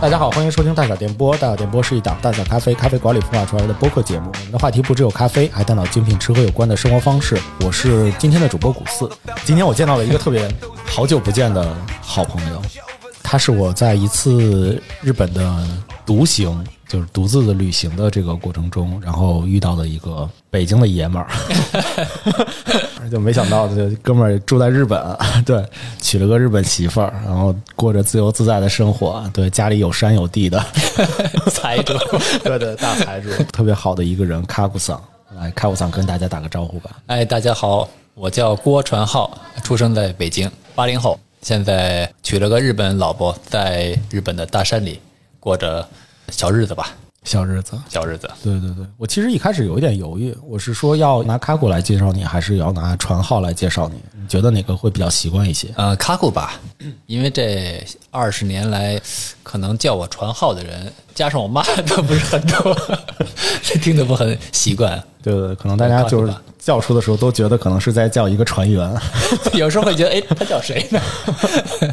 大家好，欢迎收听大小电波。大小电波是一档大小咖啡咖啡馆里孵化出来的播客节目。我们的话题不只有咖啡，还探讨精品吃喝有关的生活方式。我是今天的主播古四。今天我见到了一个特别好久不见的好朋友，他是我在一次日本的独行，就是独自的旅行的这个过程中，然后遇到了一个北京的爷们儿。就没想到，这哥们儿住在日本， 对，娶了个日本媳妇儿，然后过着自由自在的生活，对，家里有山有地的，财主。对对，大财主， 特别好的一个人，卡古桑，来，卡古桑跟大家打个招呼吧。 哎，大家好，我叫郭传浩，出生在北京，八零后，现在娶了个日本老婆，在日本的大山里过着小日子吧，小日子，小日子。对对对，我其实一开始有一点犹豫，我是说要拿卡古来介绍你，还是要拿船号来介绍你？你觉得哪个会比较习惯一些？呃，卡库吧，因为这二十年来，可能叫我传号的人，加上我妈都不是很多， 听得不很习惯。对对，对可能大家就是叫出的时候都觉得可能是在叫一个船员。有时候会觉得，哎，他叫谁呢？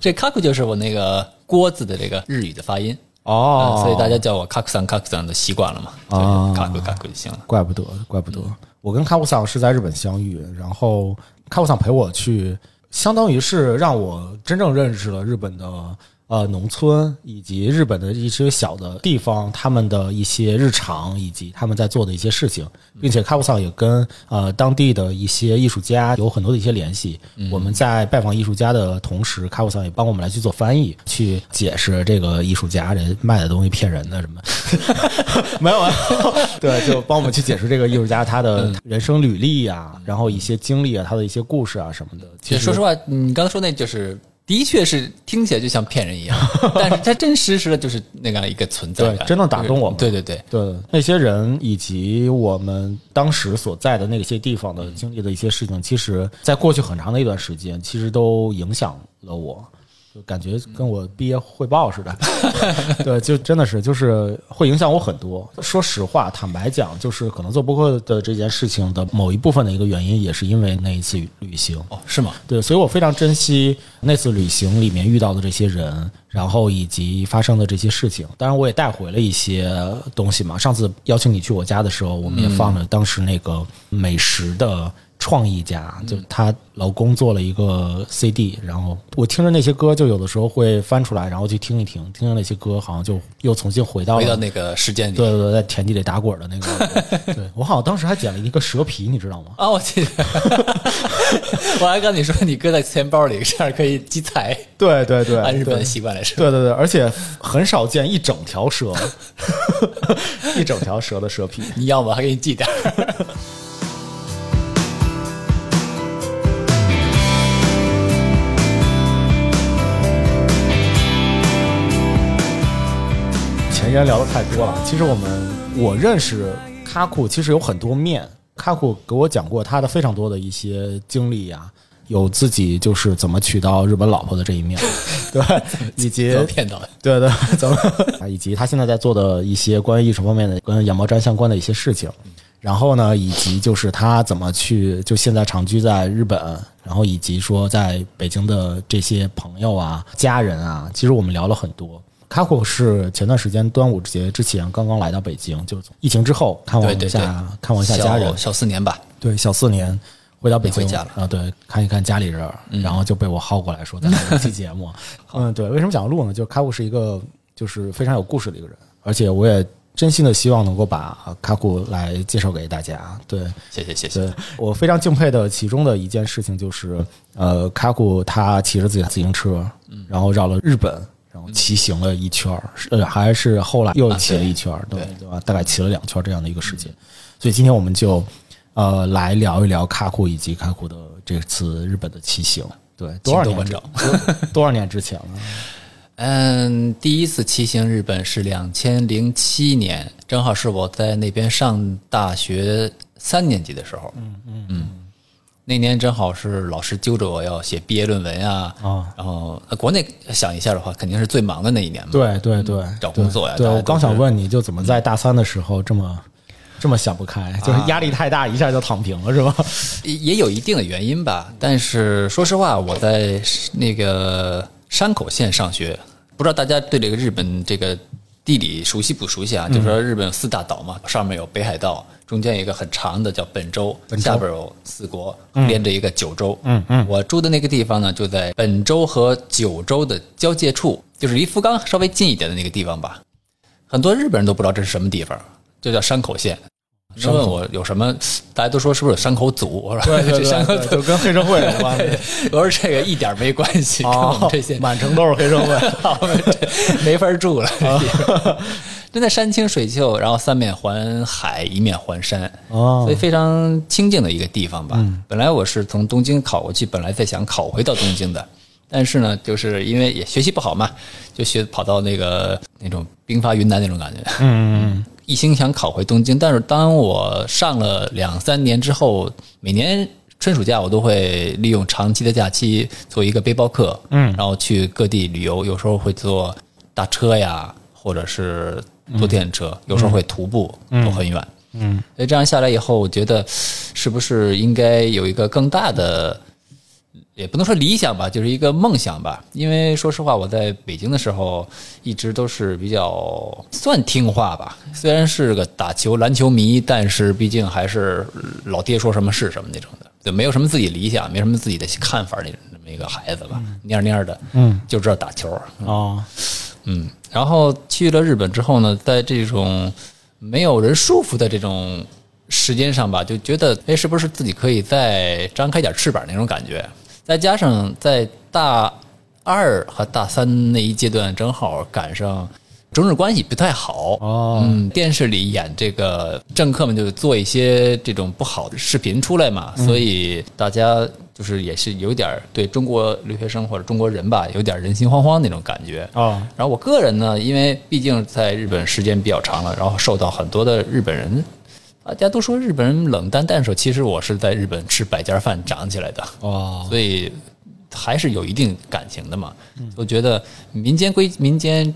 这卡库就是我那个“锅”字的这个日语的发音。哦 啊所以大家叫我卡库桑卡库桑的习惯了嘛，所啊以卡库卡库就行了。怪不得，怪不得。我跟卡布桑是在日本相遇，然后卡布桑陪我去，相当于是让我真正认识了日本的呃农村，以及日本的一些小的地方，他们的一些日常，以及他们在做的一些事情，并且卡布桑也跟呃当地的一些艺术家有很多的一些联系。我们在拜访艺术家的同时，卡布桑也帮我们来去做翻译，去解释这个艺术家这卖的东西骗人的什么。 没有啊，嗯对，就帮我们去解释这个艺术家他的人生履历啊，然后一些经历啊，他的一些故事啊什么的。其就实说实话，你刚才说那就是。的确是听起来就像骗人一 样，但是它真实实的就是那样一个存在对感，真能打动我们对对对，对那些人以及我们当时所在的那些地方的经历的一些事情，其实在过去很长的一段时间，其实都影响了我。就感觉跟我毕业汇报似的， 对，就真的是就是会影响我很多。说实话，坦白讲，就是可能做播客的这件事情的某一部分的一个原因，也是因为那一次旅行。哦，是吗？对，所以我非常珍惜那次旅行里面遇到的这些人，然后以及发生的这些事情。当然，我也带回了一些东西嘛。上次邀请你去我家的时候，我们嗯也放了当时那个美食的创意家，嗯就她老公做了一个 CD，然后我听着那些歌，就有的时候会翻出来，然后去听一听，听着那些歌，好像就又重新回到回到了。那个时间里，哦对对对，在田地里打滚的那 个，对我好像当时还捡了一个蛇皮，你知道吗？啊，我记得， 我还跟你说，你搁在钱包里，这样可以积财。对对对按日对本的习惯来说， 对对对，而且很少见一整条蛇， 一整条蛇的蛇皮。你要么还给你寄点儿。前言聊的太多了，其实我们我认识卡库，其实有很多面。卡库给我讲过他的非常多的一些经历呀、有自己就是怎么娶到日本老婆的这一面，对，以及都骗到的。对 对，咱们啊以及他现在在做的一些关于艺术方面的跟羊毛毡相关的一些事情，嗯然后呢，以及就是他怎么去就现在长居在日本，然后以及说在北京的这些朋友啊、家人啊，其实我们聊了很多。卡库是前段时间端午节之前刚刚来到北京，就是从疫情之后看望对一对下对，看望一下家人小，小四年吧，对，小四年回到北京回家了嗯啊，对，看一看家里人，然后就被我薅过来说咱录一期 节目。嗯，对，为什么想录呢？就是卡库是一个就是非常有故事的一个人，而且我也真心的希望能够把卡库来介绍给大家。对，谢谢谢谢。对我非常敬佩的其中的一件事情就是，呃，卡库他骑着自己的自行车，嗯然后绕了日本，然后骑行了一圈儿，是呃，还是后来又骑了一圈儿，啊对对吧？大概骑了两圈儿这样的一个时间。所以今天我们就呃来聊一聊卡库以及卡库的这次日本的骑行。对，多少请多年关之照 多多少年之前了？嗯，第一次骑行日本是两千零七年，正好是我在那边上大学三年级的时候。嗯嗯那年正好是老师揪着我要写毕业论文啊，啊然后呃国内想一下的话，肯定是最忙的那一年嘛。对对对，嗯找工作呀对，大家我都刚想是嗯问你，就怎么在大三的时候这么这么想不开，就是啊压力太大，一下就躺平了，是吧？也也有一定的原因吧。但是说实话，我在那个山口县上学，不知道大家对这个日本这个地理熟悉不熟悉啊？嗯就说日本有四大岛嘛，上面有北海道，中间有一个很长的叫本州，本州下边有四国，连着一个九州。嗯嗯，我住的那个地方呢，就在本州和九州的交界处，就是离福冈稍微近一点的那个地方吧。很多日本人都不知道这是什么地方，就叫山口县。人问我有什么，大家都说是不是有山口组？我说对 对这山口对，组就，跟黑社会有关。 我说这个一点没关系，哦跟我们这些满城都是黑社会。我们 这没法住了。这地方 真的山清水秀，然后三面环海，一面环山，哦所以非常清静的一个地方吧。本来我是从东京考过去，本来在想考回到东京的，但是呢，就是因为也学习不好嘛，就学跑到那个那种兵发云南那种感觉。嗯，一心想考回东京，但是当我上了两三年之后，每年春暑假我都会利用长期的假期做一个背包客，嗯，然后去各地旅游，有时候会坐大车呀，或者是坐电车，有时候会徒步，都很远，嗯，所以这样下来以后，我觉得是不是应该有一个更大的也不能说理想吧，就是一个梦想吧。因为说实话，我在北京的时候一直都是比较算听话吧，虽然是个打球篮球迷，但是毕竟还是老爹说什么是什么那种的，对，没有什么自己理想，没什么自己的看法那种那么一个孩子吧，蔫儿蔫儿的，嗯，就知道打球，哦，嗯，然后去了日本之后呢，在这种没有人束缚的这种时间上吧，就觉得哎，是不是自己可以再张开点翅膀那种感觉？再加上在大二和大三那一阶段，正好赶上中日关系不太好哦嗯，电视里演这个政客们就做一些这种不好的视频出来嘛，所以大家就是也是有点儿对中国留学生或者中国人吧，有点儿人心惶惶那种感觉哦，然后我个人呢，因为毕竟在日本时间比较长了，然后受到很多的日本人，大家都说日本人冷淡淡手，其实我是在日本吃百家饭长起来的，哦，所以还是有一定感情的嘛。我觉得民间归民间，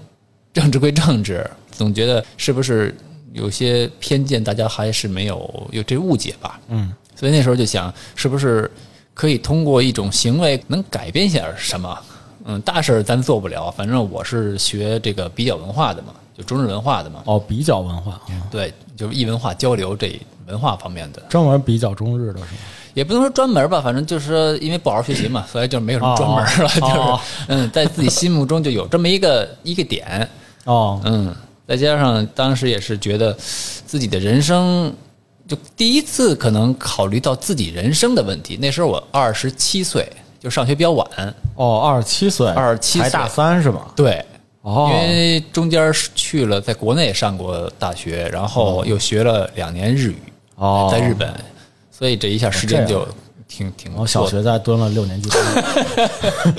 政治归政治，总觉得是不是有些偏见，大家还是没有有这误解吧？嗯，所以那时候就想，是不是可以通过一种行为能改变些什么？嗯，大事儿咱做不了，反正我是学这个比较文化的嘛，就中日文化的嘛，哦，比较文化，对，就是异文化交流这文化方面的。专门比较中日的是吗？也不能说专门吧，反正就是说因为不好好学习嘛， 所以就没有什么专门了，哦哦就是 嗯，在自己心目中就有这么一个一个点，哦，嗯，再加上当时也是觉得自己的人生就第一次可能考虑到自己人生的问题，那时候我二十七岁，就上学比较晚，哦，二十七岁， 27岁才大三是吧？对，哦，因为中间是去了在国内上过大学，然后又学了两年日语，哦在日本，所以这一下时哦间这样就挺挺我小过学在蹲了六年级，哦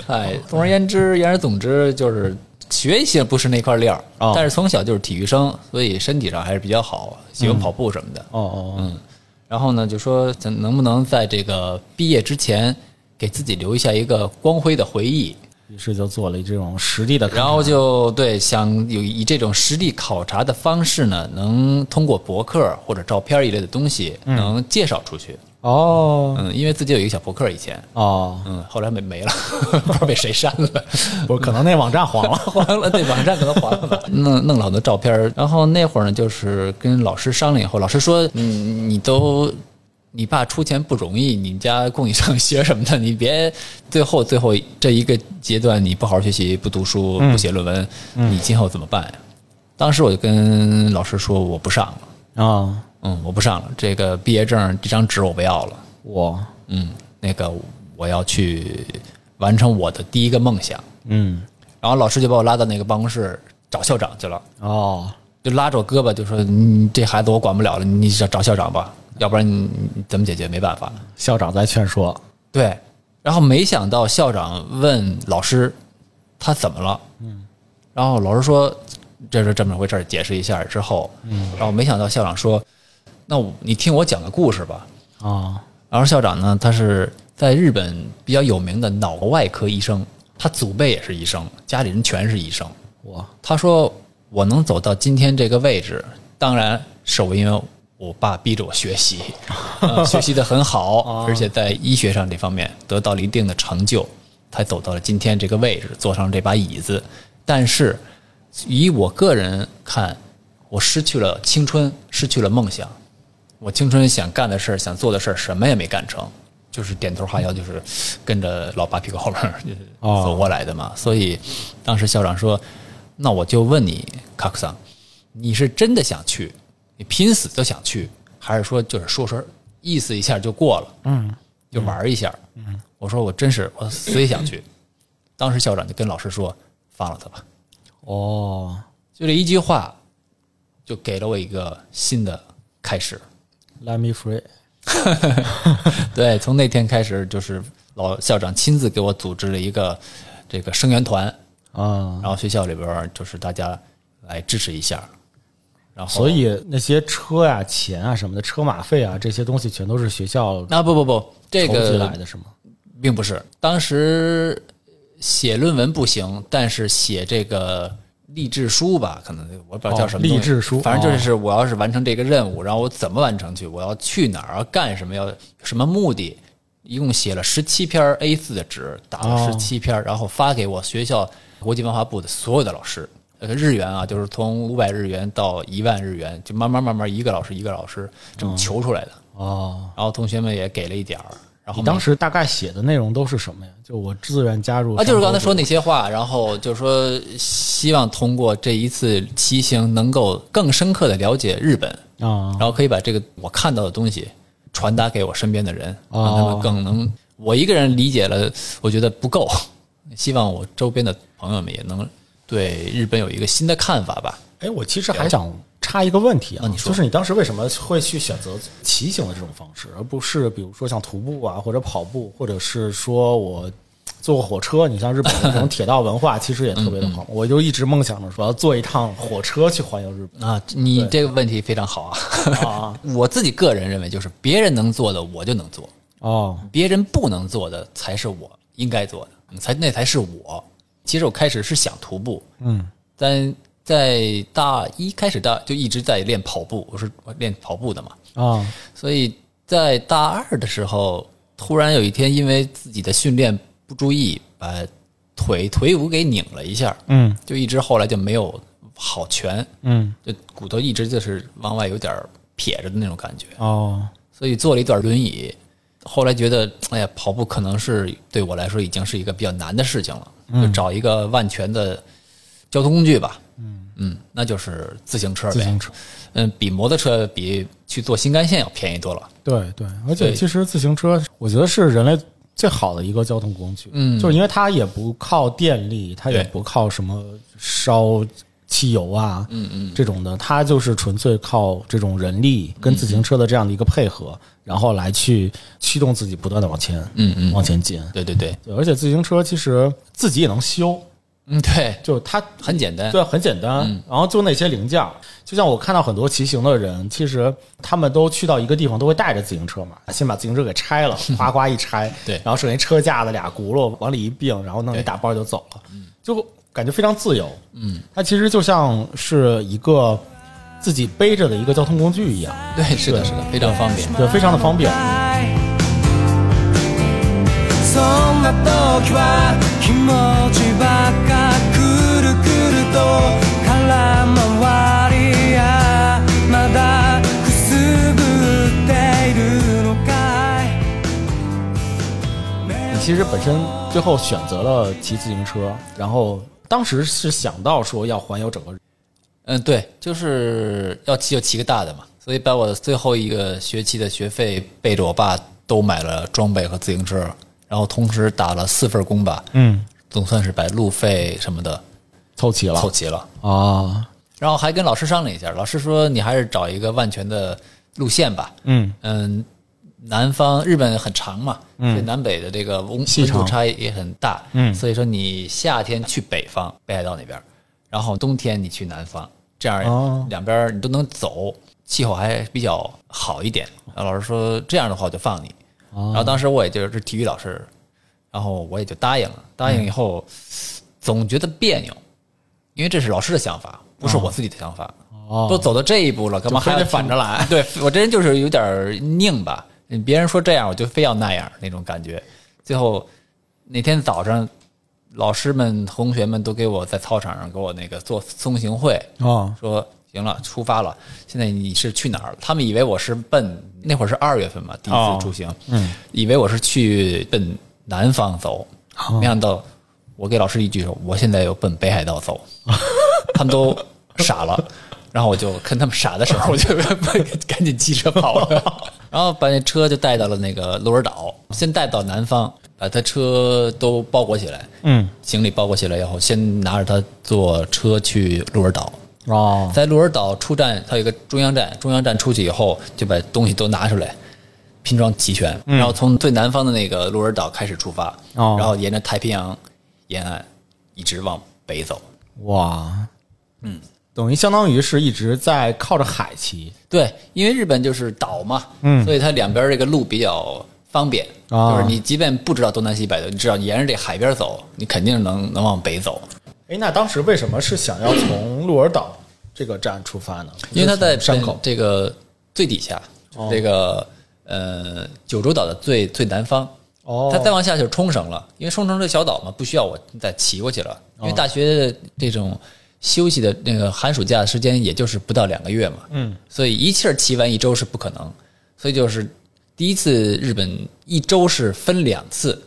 哎， 总而言之，言而总之就是学习不是那块料儿，哦但是从小就是体育生，所以身体上还是比较好，喜欢跑步什么的。哦哦，嗯，然后呢，就说咱能不能在这个毕业之前给自己留下一个光辉的回忆？于是就做了这种实地的考察，然后就对，想有以这种实地考察的方式呢，能通过博客或者照片一类的东西，能介绍出去。哦嗯，因为自己有一个小博客以前，哦，嗯，后来没没了， 不知道被谁删了。不是，可能那网站黄了，黄 了，对，网站可能黄了吧，弄弄了好多照片儿。然后那会儿呢，就是跟老师商量以后，老师说，嗯，你都。你爸出钱不容易，你家供你上学什么的， 你别最后最后这一个阶段你不好好学习、不读书、不写论文，你今后怎么办呀？当时我就跟老师说，我不上了，啊，嗯，我不上了，这个毕业证这张纸我不要了，我，嗯，那个我要去完成我的第一个梦想。嗯，然后老师就把我拉到那个办公室找校长去了，哦，就拉着我胳膊就说：“你这孩子我管不了了，你找找校长吧，要不然你你怎么解决？没办法。校长在劝说，”对，然后没想到校长问老师他怎么了，嗯，然后老师说这是这么回事儿，解释一下之后，嗯，然后没想到校长说：“那我你听我讲个故事吧。”啊，然后校长呢，他是在日本比较有名的脑外科医生，他祖辈也是医生，家里人全是医生。我，他说我能走到今天这个位置，当然是我因为我爸逼着我学习，呃学习的很好，而且在医学上这方面得到了一定的成就，才走到了今天这个位置，坐上这把椅子，但是以我个人看，我失去了青春，失去了梦想。我青春想干的事儿，想做的事儿，什么也没干成，就是点头哈腰，就是跟着老爸屁股后边儿就是哦走过来的嘛。所以当时校长说：“那我就问你，卡克桑，你是真的想去，你拼死就想去，还是说就是说说意思一下就过了？嗯，就玩儿一下。嗯，我说我真是我死也想去。当时校长就跟老师说：放了他吧。哦，就这一句话，就给了我一个新的开始。 Let me free。对，从那天开始，就是老校长亲自给我组织了一个这个声援团，啊、然后学校里边儿就是大家来支持一下，然后所以那些车呀、钱啊什么的，车马费啊这些东西，全都是学校那不不不，这筹集来个的，是吗？并不是当时写论文不行，但是写这个。励志书吧，可能我不知道叫什么哦东西励志书反正就是我要是完成这个任务，然后我怎么完成去，我要去哪儿，要干什么，要什么目的，一共写了十七篇 A 4的纸，打了哦十七篇，然后发给我学校国际文化部的所有的老师。呃，日元啊，就是从五百日元到一万日元，就慢慢慢慢一个老师一个老师这么求出来的。哦，然后同学们也给了一点儿，然后你每当时大概写的内容都是什么呀？就我自愿加入啊，就是刚才山沟说那些话，然后就说希望通过这一次骑行能够更深刻的了解日本，啊然后可以把这个我看到的东西传达给我身边的人，让他们更能我一个人理解了，我觉得不够，希望我周边的朋友们也能对日本有一个新的看法吧。哎，我其实还想插一个问题啊，啊你说就是你当时为什么会去选择骑行的这种方式，而不是比如说像徒步啊，或者跑步，或者是说我坐火车？你像日本的这种铁道文化，其实也特别的好。我就一直梦想着说要坐一趟火车去环游日本啊，你这个问题非常好啊！啊。 我自己个人认为，就是别人能做的我就能做，哦，别人不能做的才是我应该做的，嗯才那才是我。其实我开始是想徒步，嗯，但在大一开始大就一直在练跑步，我是我练跑步的嘛，啊所以在大二的时候，突然有一天因为自己的训练不注意，把腿腿骨给拧了一下，嗯就一直后来就没有好全，嗯就骨头一直就是往外有点儿撇着的那种感觉。哦所以坐了一段轮椅。后来觉得，哎呀，跑步可能是对我来说已经是一个比较难的事情了，嗯就找一个万全的交通工具吧。嗯那就是自行车呗。自行车，嗯，比摩托车比去坐新干线要便宜多了。对对，而且对其实自行车，我觉得是人类最好的一个交通工具。嗯就是因为它也不靠电力，它也对不靠什么烧汽油啊，嗯嗯，这种的，它就是纯粹靠这种人力跟自行车的这样的一个配合，然后来去驱动自己不断的往前，嗯嗯，往前进。对对对，对，而且自行车其实自己也能修，嗯对，就是它很简单。对，很简单。嗯然后就那些零件儿，就像我看到很多骑行的人，其实他们都去到一个地方都会带着自行车嘛，先把自行车给拆 了，夸夸一拆，对然后剩下车架子俩轱辘往里一并，然后弄一对嗯大包就走了，就感觉非常自由。嗯，它其实就像是一个自己背着的一个交通工具一样，对，是的，是的，非常方便。对，非常的方便。そんな時は気持ちばっかくるくると空回りやまだくすぶっているのかい你其实本身最后选择了骑自行车，然后当时是想到说要环游整个嗯，对，就是要骑就骑个大的嘛，所以把我最后一个学期的学费背着我爸都买了装备和自行车，然后同时打了四份工吧，嗯总算是把路费什么的凑齐了凑齐了。啊，然后还跟老师商量一下，老师说你还是找一个万全的路线吧。嗯。嗯，南方日本很长嘛，所以南北的这个温细温长度差也很大。嗯所以说你夏天去北方北海道那边，然后冬天你去南方，这哦样两边你都能走，气候还比较好一点。然后老师说这样的话我就放你。哦然后当时我也就是体育老师，然后我也就答嗯应了。答应以后，总觉得别扭，因为这是老师的想法，不是我自己的想法。哦都走到这一步了，干嘛就非还得要反着来？ 对我这人就是有点儿拧吧，别人说这样我就非要那样那种感觉。最后那天早上老师们、同学们都给我在操场上给我那个做松行会，啊，说行了，出发了。现在你是去哪儿了？他们以为我是奔那会儿是二月份嘛，第一哦次出行，嗯，以为我是去奔南方走，没想到我给老师一句说，我现在要奔北海道走， 他们都傻了。然后我就看他们傻的时候，我就赶紧骑车跑了，然后把那车就带到了那个鹿儿岛，先带到南方，把他车都包裹起来，嗯，行李包裹起来以后，先拿着它坐车去鹿儿岛，哦，在鹿儿岛出站，它有一个中央站，中央站出去以后就把东西都拿出来，拼装齐全，然后从最南方的那个鹿儿岛开始出发，嗯哦然后沿着太平洋沿岸一直往北走。哇，嗯，等于相当于是一直在靠着海骑对，因为日本就是岛嘛，嗯所以它两边这个路比较方便，啊就是你即便不知道东南西北的，你只要沿着这海边走，你肯定能能往北走。哎，那当时为什么是想要从鹿儿岛这个站出发呢？因为它在就是从山口哦本这个最底下，就是这个呃九州岛的最最南方。哦它再往下就是冲绳了，因为冲绳这小岛嘛，不需要我再骑过去了。哦因为大学的这种休息的那个寒暑假时间，也就是不到两个月嘛，嗯，所以一气儿骑完一周是不可能。所以就是第一次日本一周是分两次，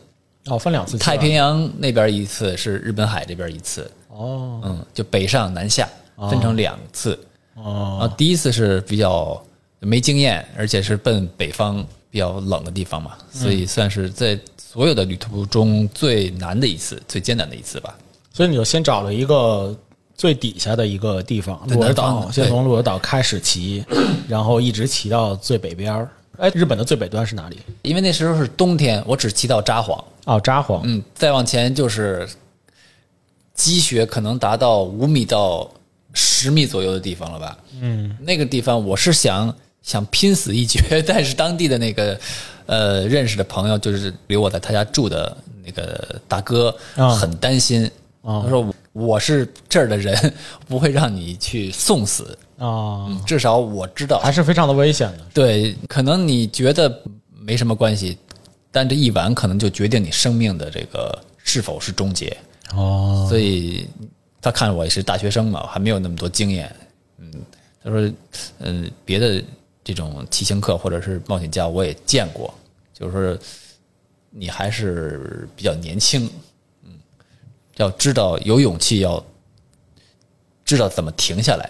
哦，分两次骑啊太平洋那边一次是日本海这边一次，哦嗯，就北上南下分成两次。哦啊，第一次是比较没经验，而且是奔北方比较冷的地方嘛，所以算是在所有的旅途中最难的一次，最艰难的一次吧。所以你就先找了一个最底下的一个地方，鹿儿南方岛，的先从鹿儿岛开始骑，然后一直骑到最北边儿。哎，日本的最北端是哪里？因为那时候是冬天，我只骑到札幌，哦，札幌。嗯，再往前就是积雪可能达到五米到十米左右的地方了吧。嗯，那个地方我是想想拼死一决， 但是当地的那个呃认识的朋友，就是留我在他家住的那个大哥，啊很担心，啊他说我我是这儿的人， 不会让你去送死，啊、至少我知道还是非常的危险的。对，可能你觉得没什么关系，但这一晚可能就决定你生命的这个是否是终结。哦，所以他看我也是大学生嘛，还没有那么多经验，嗯，他说，嗯，别的这种骑行课或者是冒险家我也见过，就是说你还是比较年轻，嗯，要知道有勇气，要知道怎么停下来，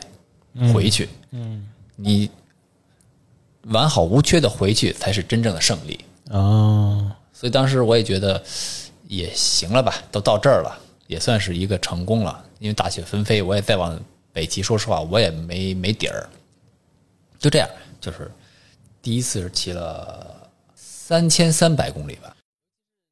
回去，嗯，你完好无缺的回去才是真正的胜利。哦，所以当时我也觉得也行了吧，都到这儿了，也算是一个成功了。因为大雪纷飞，我也再往北骑，说实话我也没没底儿。就这样，就是第一次是骑了三千三百公里吧。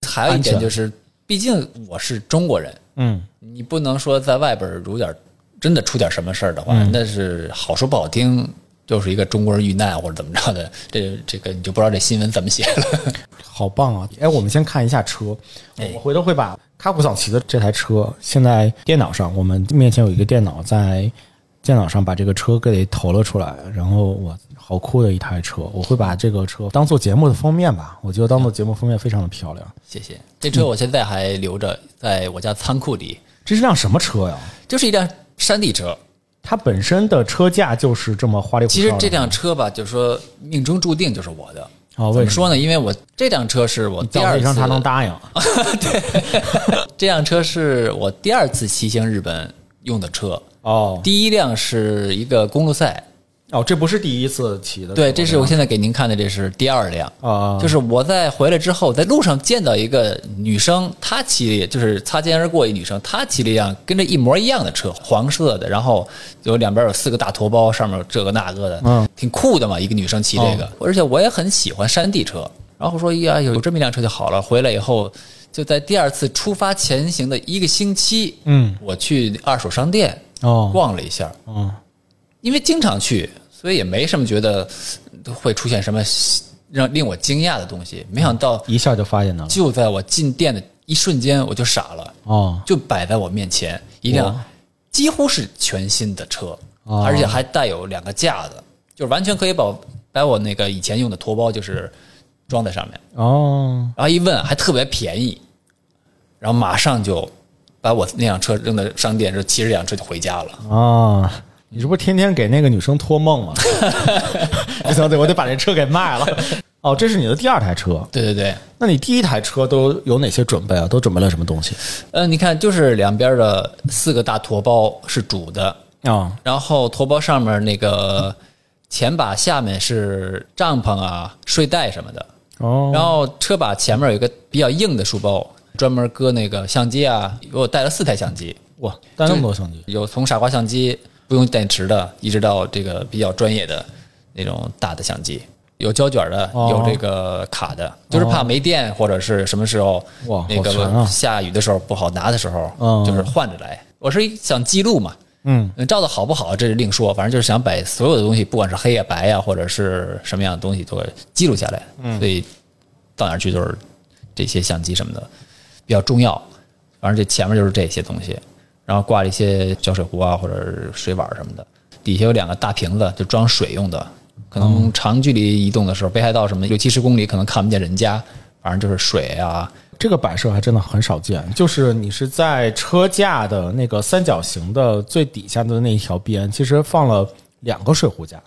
还有一点安全就是，毕竟我是中国人，嗯，你不能说在外边儿如点儿真的出点什么事儿的话，嗯那是好说不好听，就是一个中国人遇难或者怎么着的，这这个你就不知道这新闻怎么写了。好棒啊！哎，我们先看一下车，我们回头会把卡库桑骑的这台车，现在电脑上，我们面前有一个电脑，在电脑上把这个车给投了出来，然后我好酷的一台车，我会把这个车当做节目的封面吧，我觉得当做节目封面非常的漂亮。谢谢。这嗯车我现在还留着，在我家仓库里，这是辆什么车呀？就是一辆山地车。它本身的车架就是这么花里胡哨其的实吗。这辆车吧，就是说命中注定就是我的。哦，怎为么什么说呢？因为我这辆车是我第造二为次让它能 答应？这辆车是我第二次骑行日本用的车。哦第一辆是一个公路赛，哦，这不是第一次骑的车，对，这是我现在给您看的，这是第二辆。啊，就是我在回来之后，在路上见到一个女生，她骑就是擦肩而过一女生，她骑了一辆跟这一模一样的车，黄色的，然后有两边有四个大驮包，上面有这个那个的，嗯，挺酷的嘛，一个女生骑这个，而且我也很喜欢山地车。然后说哎呀，有这么一辆车就好了。回来以后，就在第二次出发前行的一个星期，嗯，我去二手商店哦逛了一下，嗯因为经常去，所以也没什么觉得会出现什么让令我惊讶的东西。没想到，一下就发现到了就在我进店的一瞬间，我就傻了，哦。就摆在我面前一辆哇几乎是全新的车，哦而且还带有两个架子，就是完全可以把把我那个以前用的驮包就是装在上面。哦，然后一问还特别便宜，然后马上就把我那辆车扔到商店，就骑着这辆车就回家了。啊，你这不是天天给那个女生托梦 吗？不行，对我得把这车给卖了。哦，这是你的第二台车，对对对，那你第一台车都有哪些准备啊？都准备了什么东西嗯、你看，就是两边的四个大驮包是主的，啊？然后驮包上面那个前把下面是帐篷啊、睡袋什么的，哦，然后车把前面有一个比较硬的书包，专门搁那个相机啊。我带了四台相机，哇，带那么多相机，有从傻瓜相机不用电池的，一直到这个比较专业的那种大的相机，有胶卷的，哦有这个卡的，就是怕没电或者是什么时候哇那好全啊个下雨的时候不好拿的时候，嗯就是换着来。我是想记录嘛。嗯，嗯，照的好不好这是另说，反正就是想把所有的东西，不管是黑呀、白呀、或者是什么样的东西，都给记录下来。嗯，所以到哪儿去都是这些相机什么的比较重要。反正这前面就是这些东西，然后挂了一些小水壶啊，或者是水碗什么的。底下有两个大瓶子，就装水用的。可能长距离移动的时候，北海道什么六七十公里，可能看不见人家。反正就是水啊，这个摆设还真的很少见，就是你是在车架的那个三角形的最底下的那一条边，其实放了两个水壶架。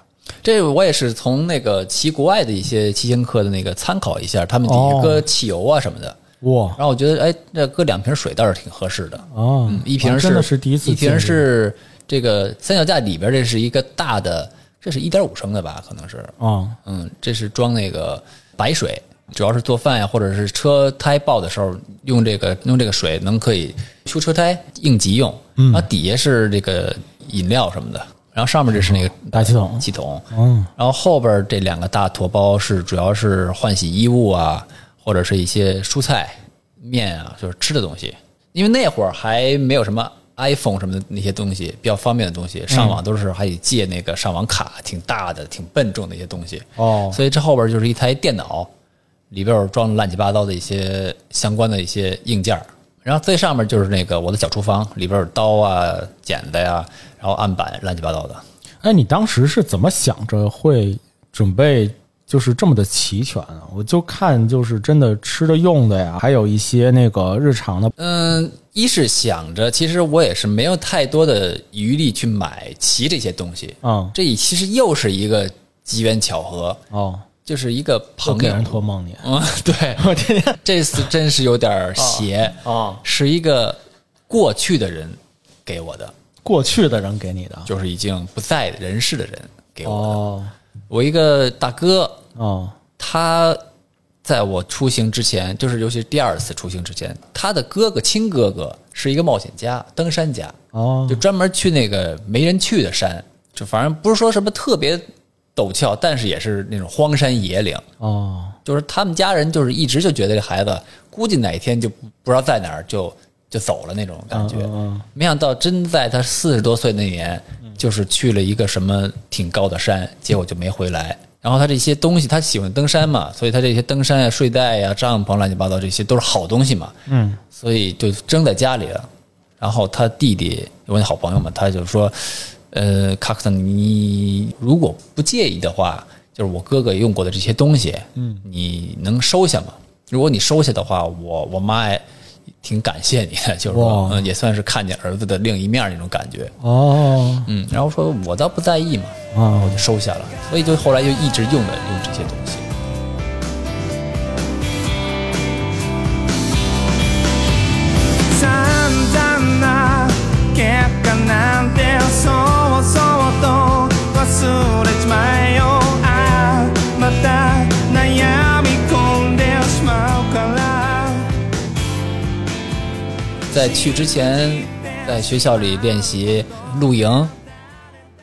这我也是从那个骑国外的一些骑行课的那个参考一下，他们底哦下搁汽油啊什么的。哇然，后我觉得，哎，这搁两瓶水倒是挺合适的。哦嗯，一瓶啊是、真的是第一次一见瓶这个是这个三脚架里边，这是一个大的，这是一点五升的吧？可能是，啊，嗯，这是装那个白水，主要是做饭呀，或者是车胎爆的时候用这个用这个水能可以修车胎，应急用。嗯然后底下是这个饮料什么的，然后上面这是那个大气筒气筒，嗯，然后后边这两个大驮包是主要是换洗衣物啊，或者是一些蔬菜、面啊，就是吃的东西。因为那会儿还没有什么 iPhone 什么的那些东西，比较方便的东西，上网都是还得借那个上网卡，挺大的、挺笨重的一些东西。哦所以这后边就是一台电脑，里边有装了乱七八糟的一些相关的一些硬件儿。然后最上面就是那个我的小厨房，里边有刀啊、剪子呀、然后案板乱七八糟的。哎，你当时是怎么想着会准备就是这么的齐全啊？我就看就是真的吃的用的呀，还有一些那个日常的，嗯，一是想着，其实我也是没有太多的余力去买齐这些东西。嗯这其实又是一个机缘巧合，哦，就是一个我朋给友人。托梦你嗯， 对，我 天天这次真是有点邪，哦，是一个过去的人给我的，过去的人给你的就是已经不在人世的人给我的。我一个大哥，哦他在我出行之前，就是尤其是第二次出行之前，他的哥哥亲哥哥是一个冒险家、登山家，哦就专门去那个没人去的山，就反正不是说什么特别陡峭，但是也是那种荒山野岭。哦就是他们家人就是一直就觉得这孩子估计哪天就不不知道在哪儿就就走了那种感觉。嗯嗯嗯没想到真在他四十多岁那年，就是去了一个什么挺高的山，结果就没回来。然后他这些东西，他喜欢登山嘛，所以他这些登山呀、啊睡袋呀、帐篷乱七八糟这些都是好东西嘛。嗯，所以就扔在家里了。然后他弟弟，我那好朋友嘛，他就说：“呃，卡克森，你如果不介意的话，就是我哥哥用过的这些东西，嗯，你能收下吗？如果你收下的话，我我妈也挺感谢你的，就是说，哇嗯，也算是看见儿子的另一面那种感觉。哦嗯，然后说我倒不在意嘛，哦我就收下了。所以就后来就一直用的用这些东西。散々な結果なんてそうそうと忘れちまえよああまた悩み込んでしまうから在去之前，在学校里练习露营，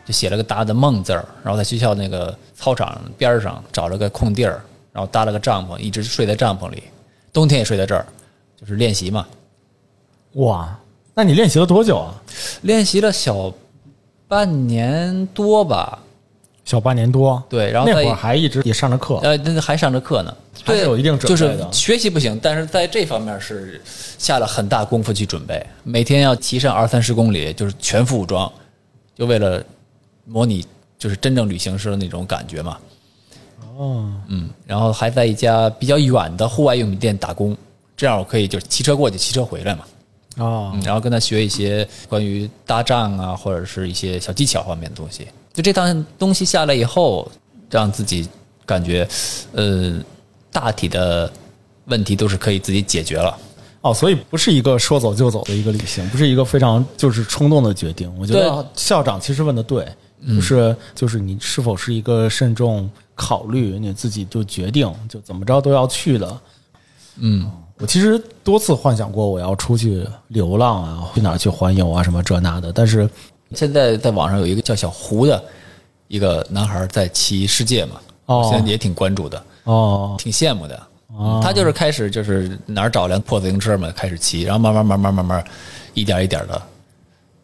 就写了个大的“梦”字儿，然后在学校那个操场边儿上找了个空地儿，然后搭了个帐篷，一直睡在帐篷里，冬天也睡在这儿，就是练习嘛。哇，那你练习了多久啊？练习了小半年多吧，小半年多，对然后那再会儿还一直也上着课，呃，那还上着课呢，还是对有一定准就备是的学习不行，但是在这方面是下了很大功夫去准备，每天要骑上二三十公里，就是全副武装，就为了模拟就是真正旅行时的那种感觉嘛。哦，嗯，然后还在一家比较远的户外用品店打工，这样我可以就是骑车过去，骑车回来嘛。哦嗯，然后跟他学一些关于搭帐啊，或者是一些小技巧方面的东西。就这趟东西下来以后，让自己感觉，呃，大体的问题都是可以自己解决了。哦，所以不是一个说走就走的一个旅行，不是一个非常就是冲动的决定。我觉对得校长其实问的对，就是就是你是否是一个慎重考虑，你自己就决定就怎么着都要去的。嗯，我其实多次幻想过我要出去流浪啊，去哪儿去环游啊，什么这那的，但是现在在网上有一个叫小胡的一个男孩在骑世界嘛，哦我现在也挺关注的，哦，挺羡慕的。他就是开始就是哪儿找辆破自行车嘛，开始骑，然后慢慢慢慢慢慢，一点一点的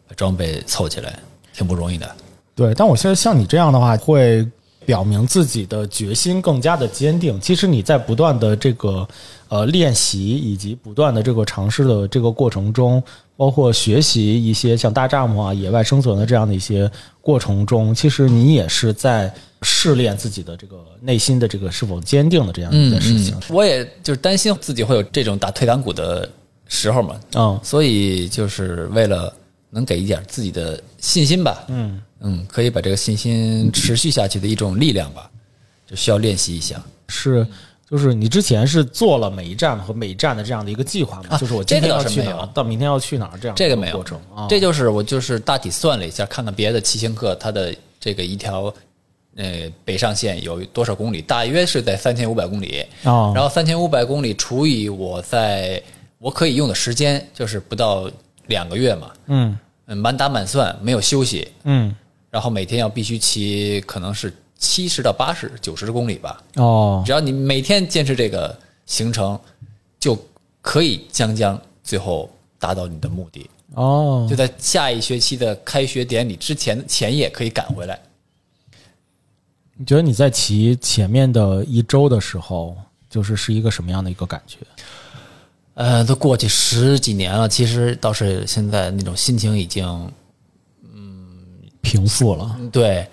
把装备凑起来，挺不容易的。对，但我现在像你这样的话，会表明自己的决心更加的坚定。其实你在不断的这个呃练习以及不断的这个尝试的这个过程中，包括学习一些像搭帐篷啊、野外生存的这样的一些过程中，其实你也是在试炼自己的这个内心的这个是否坚定的这样一件事情。我也就是担心自己会有这种打退堂鼓的时候嘛，嗯所以就是为了能给一点自己的信心吧，嗯嗯，可以把这个信心持续下去的一种力量吧，就需要练习一下。是。就是你之前是做了每一站和每一站的这样的一个计划吗？啊就是我这今个天要倒是去没哪儿有，到明天要去哪儿这样的这一个没有过程啊？这就是我就是大体算了一下，看看别的骑行课它的这个一条呃北上线有多少公里，大约是在三千五百公里。哦然后三千五百公里除以我在我可以用的时间，就是不到两个月嘛，嗯嗯，满打满算没有休息，嗯然后每天要必须骑可能是七十到八十、九十公里吧。哦只要你每天坚持这个行程，就可以将将最后达到你的目的。哦就，在下一学期的开学典礼之前前夜可以赶回来。你觉得你在骑前面的一周的时候，就是是一个什么样的一个感觉？呃，都过去十几年了，其实倒是现在那种心情已经平复了，嗯对，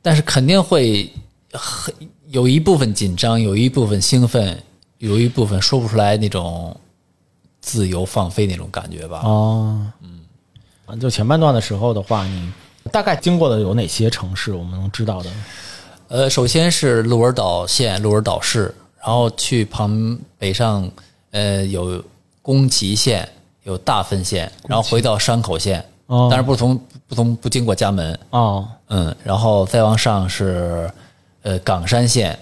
但是肯定会很有一部分紧张，有一部分兴奋，有一部分说不出来那种自由放飞那种感觉吧。哦，嗯，就前半段的时候的话，你大概经过的有哪些城市？我们能知道的？呃，首先是鹿儿岛县鹿儿岛市，然后去旁北上，呃，有宫崎县，有大分县，然后回到山口县，哦但是不同不同不经过家门，哦，嗯，然后再往上是呃冈山县，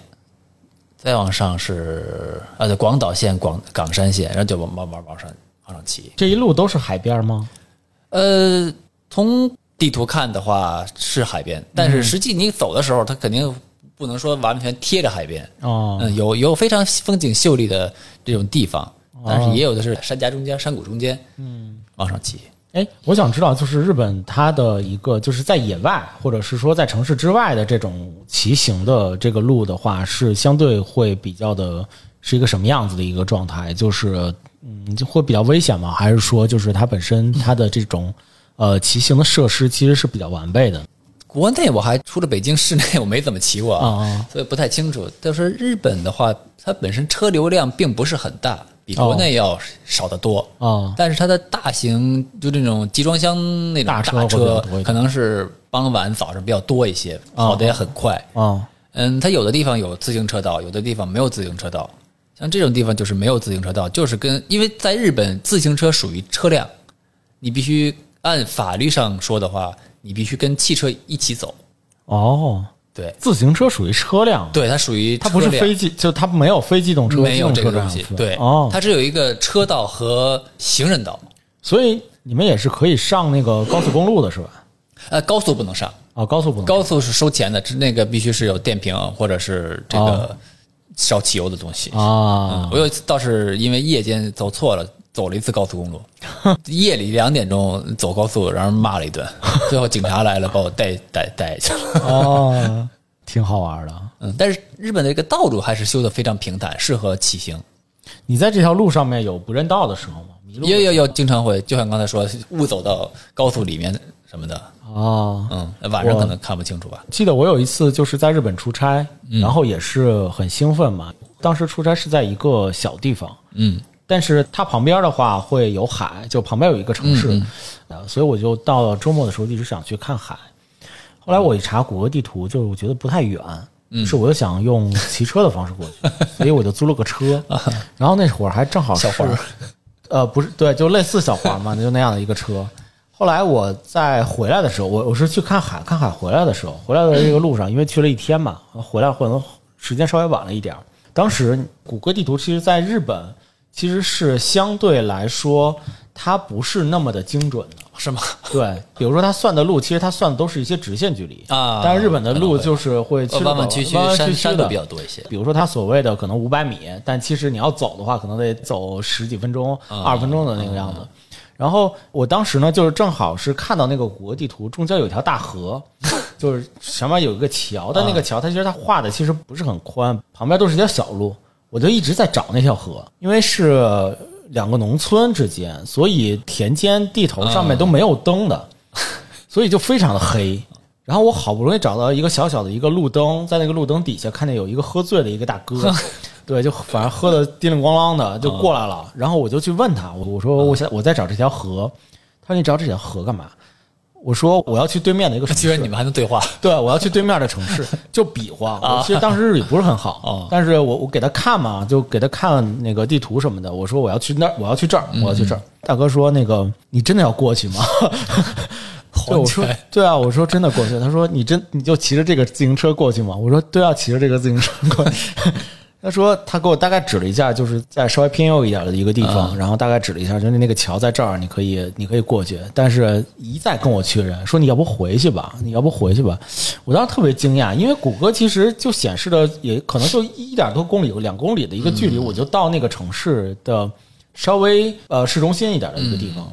再往上是啊对广岛县广冈山县，然后就往往往往上往上骑，这一路都是海边吗？呃，从地图看的话是海边，但是实际你走的时候，它肯定不能说完全贴着海边。哦嗯，有有非常风景秀丽的这种地方，但是也有的是山夹中间、山谷中间，嗯，往上骑。哎，我想知道，就是日本它的一个，就是在野外，或者是说在城市之外的这种骑行的这个路的话，是相对会比较的，是一个什么样子的一个状态？就是嗯，就会比较危险吗？还是说，就是它本身它的这种呃骑行的设施其实是比较完备的？国内我还除了北京市内，我没怎么骑过啊，啊所以不太清楚。但是日本的话，它本身车流量并不是很大，比国内要少得多。啊但是它的大型就这种集装箱那种大车会车，比较多一点可能是傍晚、早上比较多一些，哦跑得也很快。啊嗯，它有的地方有自行车道，有的地方没有自行车道。像这种地方就是没有自行车道，就是跟因为在日本自行车属于车辆，你必须按法律上说的话，你必须跟汽车一起走。哦，对，自行车属于车辆，，对，它属于它不是车辆飞机，就它没有非机动车，没有机这动车个东样西子，对，哦，它只有一个车道和行人道，所以你们也是可以上那个高速公路的是吧？呃，高速不能上，啊，高速不能高速是收钱的，那个必须是有电瓶或者是这个哦烧汽油的东西。啊嗯，我有一次倒是因为夜间走错了，走了一次高速 公路，夜里两点钟走高速，然后骂了 一顿，最后警察来了，把我带带带去了。哦，挺好玩的。嗯，但是日本的这个道路还是修的非常平坦，适合骑行。你在这条路上面有不认道的时候吗？迷路也有有经常会，就像刚才说，误走到高速里面什么的，啊！嗯，晚上我可能看不清楚吧。记得我有一次就是在日本出差，然后也是很兴奋嘛。当时出差是在一个小地方，嗯但是它旁边的话会有海，就旁边有一个城市，嗯呃，所以我就到了周末的时候一直想去看海。后来我一查谷歌地图，就是我觉得不太远，嗯于是我就想用骑车的方式过 去，所以我就租了个车。然后那会儿还正好是小黄呃，不是，对，就类似小黄嘛，就那样的一个车。 后来我在回来的时候，我我是去看海，看海回来的时候，回来的这个路上，因为去了一天嘛，回来可能时间稍微晚了一点儿。当时谷歌地图其实在日本其实是相对来说它不是那么的精准的，是吗？对，比如说他算的路，其实他算的都是一些直线距离啊但是日本的路就是会曲呃里弯拐弯曲曲弯弯山曲山曲路的比较多一些。比如说他所谓的可能五百米，但其实你要走的话，可能得走十几分钟、二十分钟的那个样子。然后我当时呢，就是正好是看到那个谷歌地图，中间有一条大河，就是前面有一个桥，但那个桥它其实它画的其实不是很宽，旁边都是一条小路。我就一直在找那条河，因为是两个农村之间，所以田间地头上面都没有灯的。所以就非常的黑。然后我好不容易找到一个小小的一个路灯，在那个路灯底下看见有一个喝醉的一个大 哥，对，就反正喝的叮铃咣啷的嗯就过来了。然后我就去问他，我我说我现在我在找这条河，他说你找这条河干嘛？我说我要去对面的一个城市，居然你们还能对话，对，我要去对面的城 市，就比划。我其实当时日语不是很好啊哦，但是我我给他看嘛，就给他看那个地图什么的。我说我要去那儿，我要去这儿，嗯我要去这儿。大哥说那个你真的要过去吗？ 对，我说还对啊，我说真的过去。他说你真你就骑着这个自行车过去吗？我说对啊，骑着这个自行车过去。 他说他给我大概指了一下，就是在稍微偏右一点的一个地方，然后大概指了一下，就是那个桥在这儿，你可以你可以过去。但是一再跟我确认说你要不回去吧，你要不回去吧。我当时特别惊讶，因为谷歌其实就显示的也可能就一点多公里、两公里的一个距离，我就到那个城市的稍微呃市中心一点的一个地方了。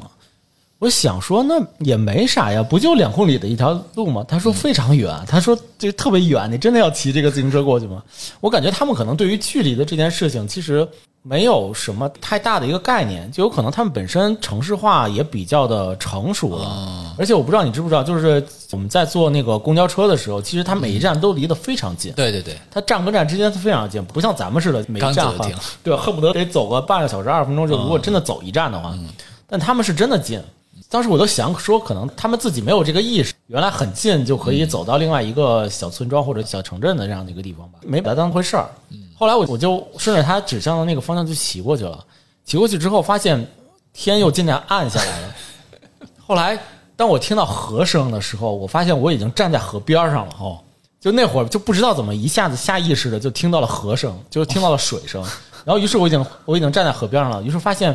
我想说，那也没啥呀，不就两公里的一条路吗？他说非常远，他说这特别远，你真的要骑这个自行车过去吗？我感觉他们可能对于距离的这件事情，其实没有什么太大的一个概念，就有可能他们本身城市化也比较的成熟了。而且我不知道你知不知道，就是我们在坐那个公交车的时候，其实它每一站都离得非常近，对对对，它站跟站之间非常近，不像咱们似的每一刚走站就好像停嗯对，恨不得得走个半个小时、二十分钟。就如果真的走一站的话，但他们是真的近。当时我都想说，可能他们自己没有这个意识，原来很近就可以走到另外一个小村庄或者小城镇的这样的一个地方嗯吧，没把它当回事儿。后来我我就顺着他指向的那个方向就骑过去了，骑过去之后发现天又渐渐暗下 来了。后来当我听到河声的时候，我发现我已经站在河边上了。哦，就那会儿就不知道怎么一下子下意识的就听到了河声，就听到了水 声。然后于是我已经我已经站在河边上了，于是发现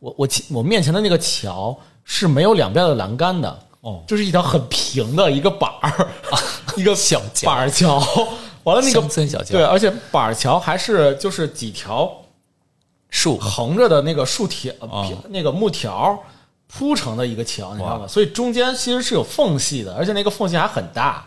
我我前我面前的那个桥是没有两边的栏杆的。哦就是一条很平的一个板 儿，一个小桥板儿桥。完了那个乡村小桥对，而且板儿桥还是就是几条树横着的那个树条、哦平那个木条铺成的一个桥，你知道吗？所以中间其实是有缝隙的，而且那个缝隙还很大。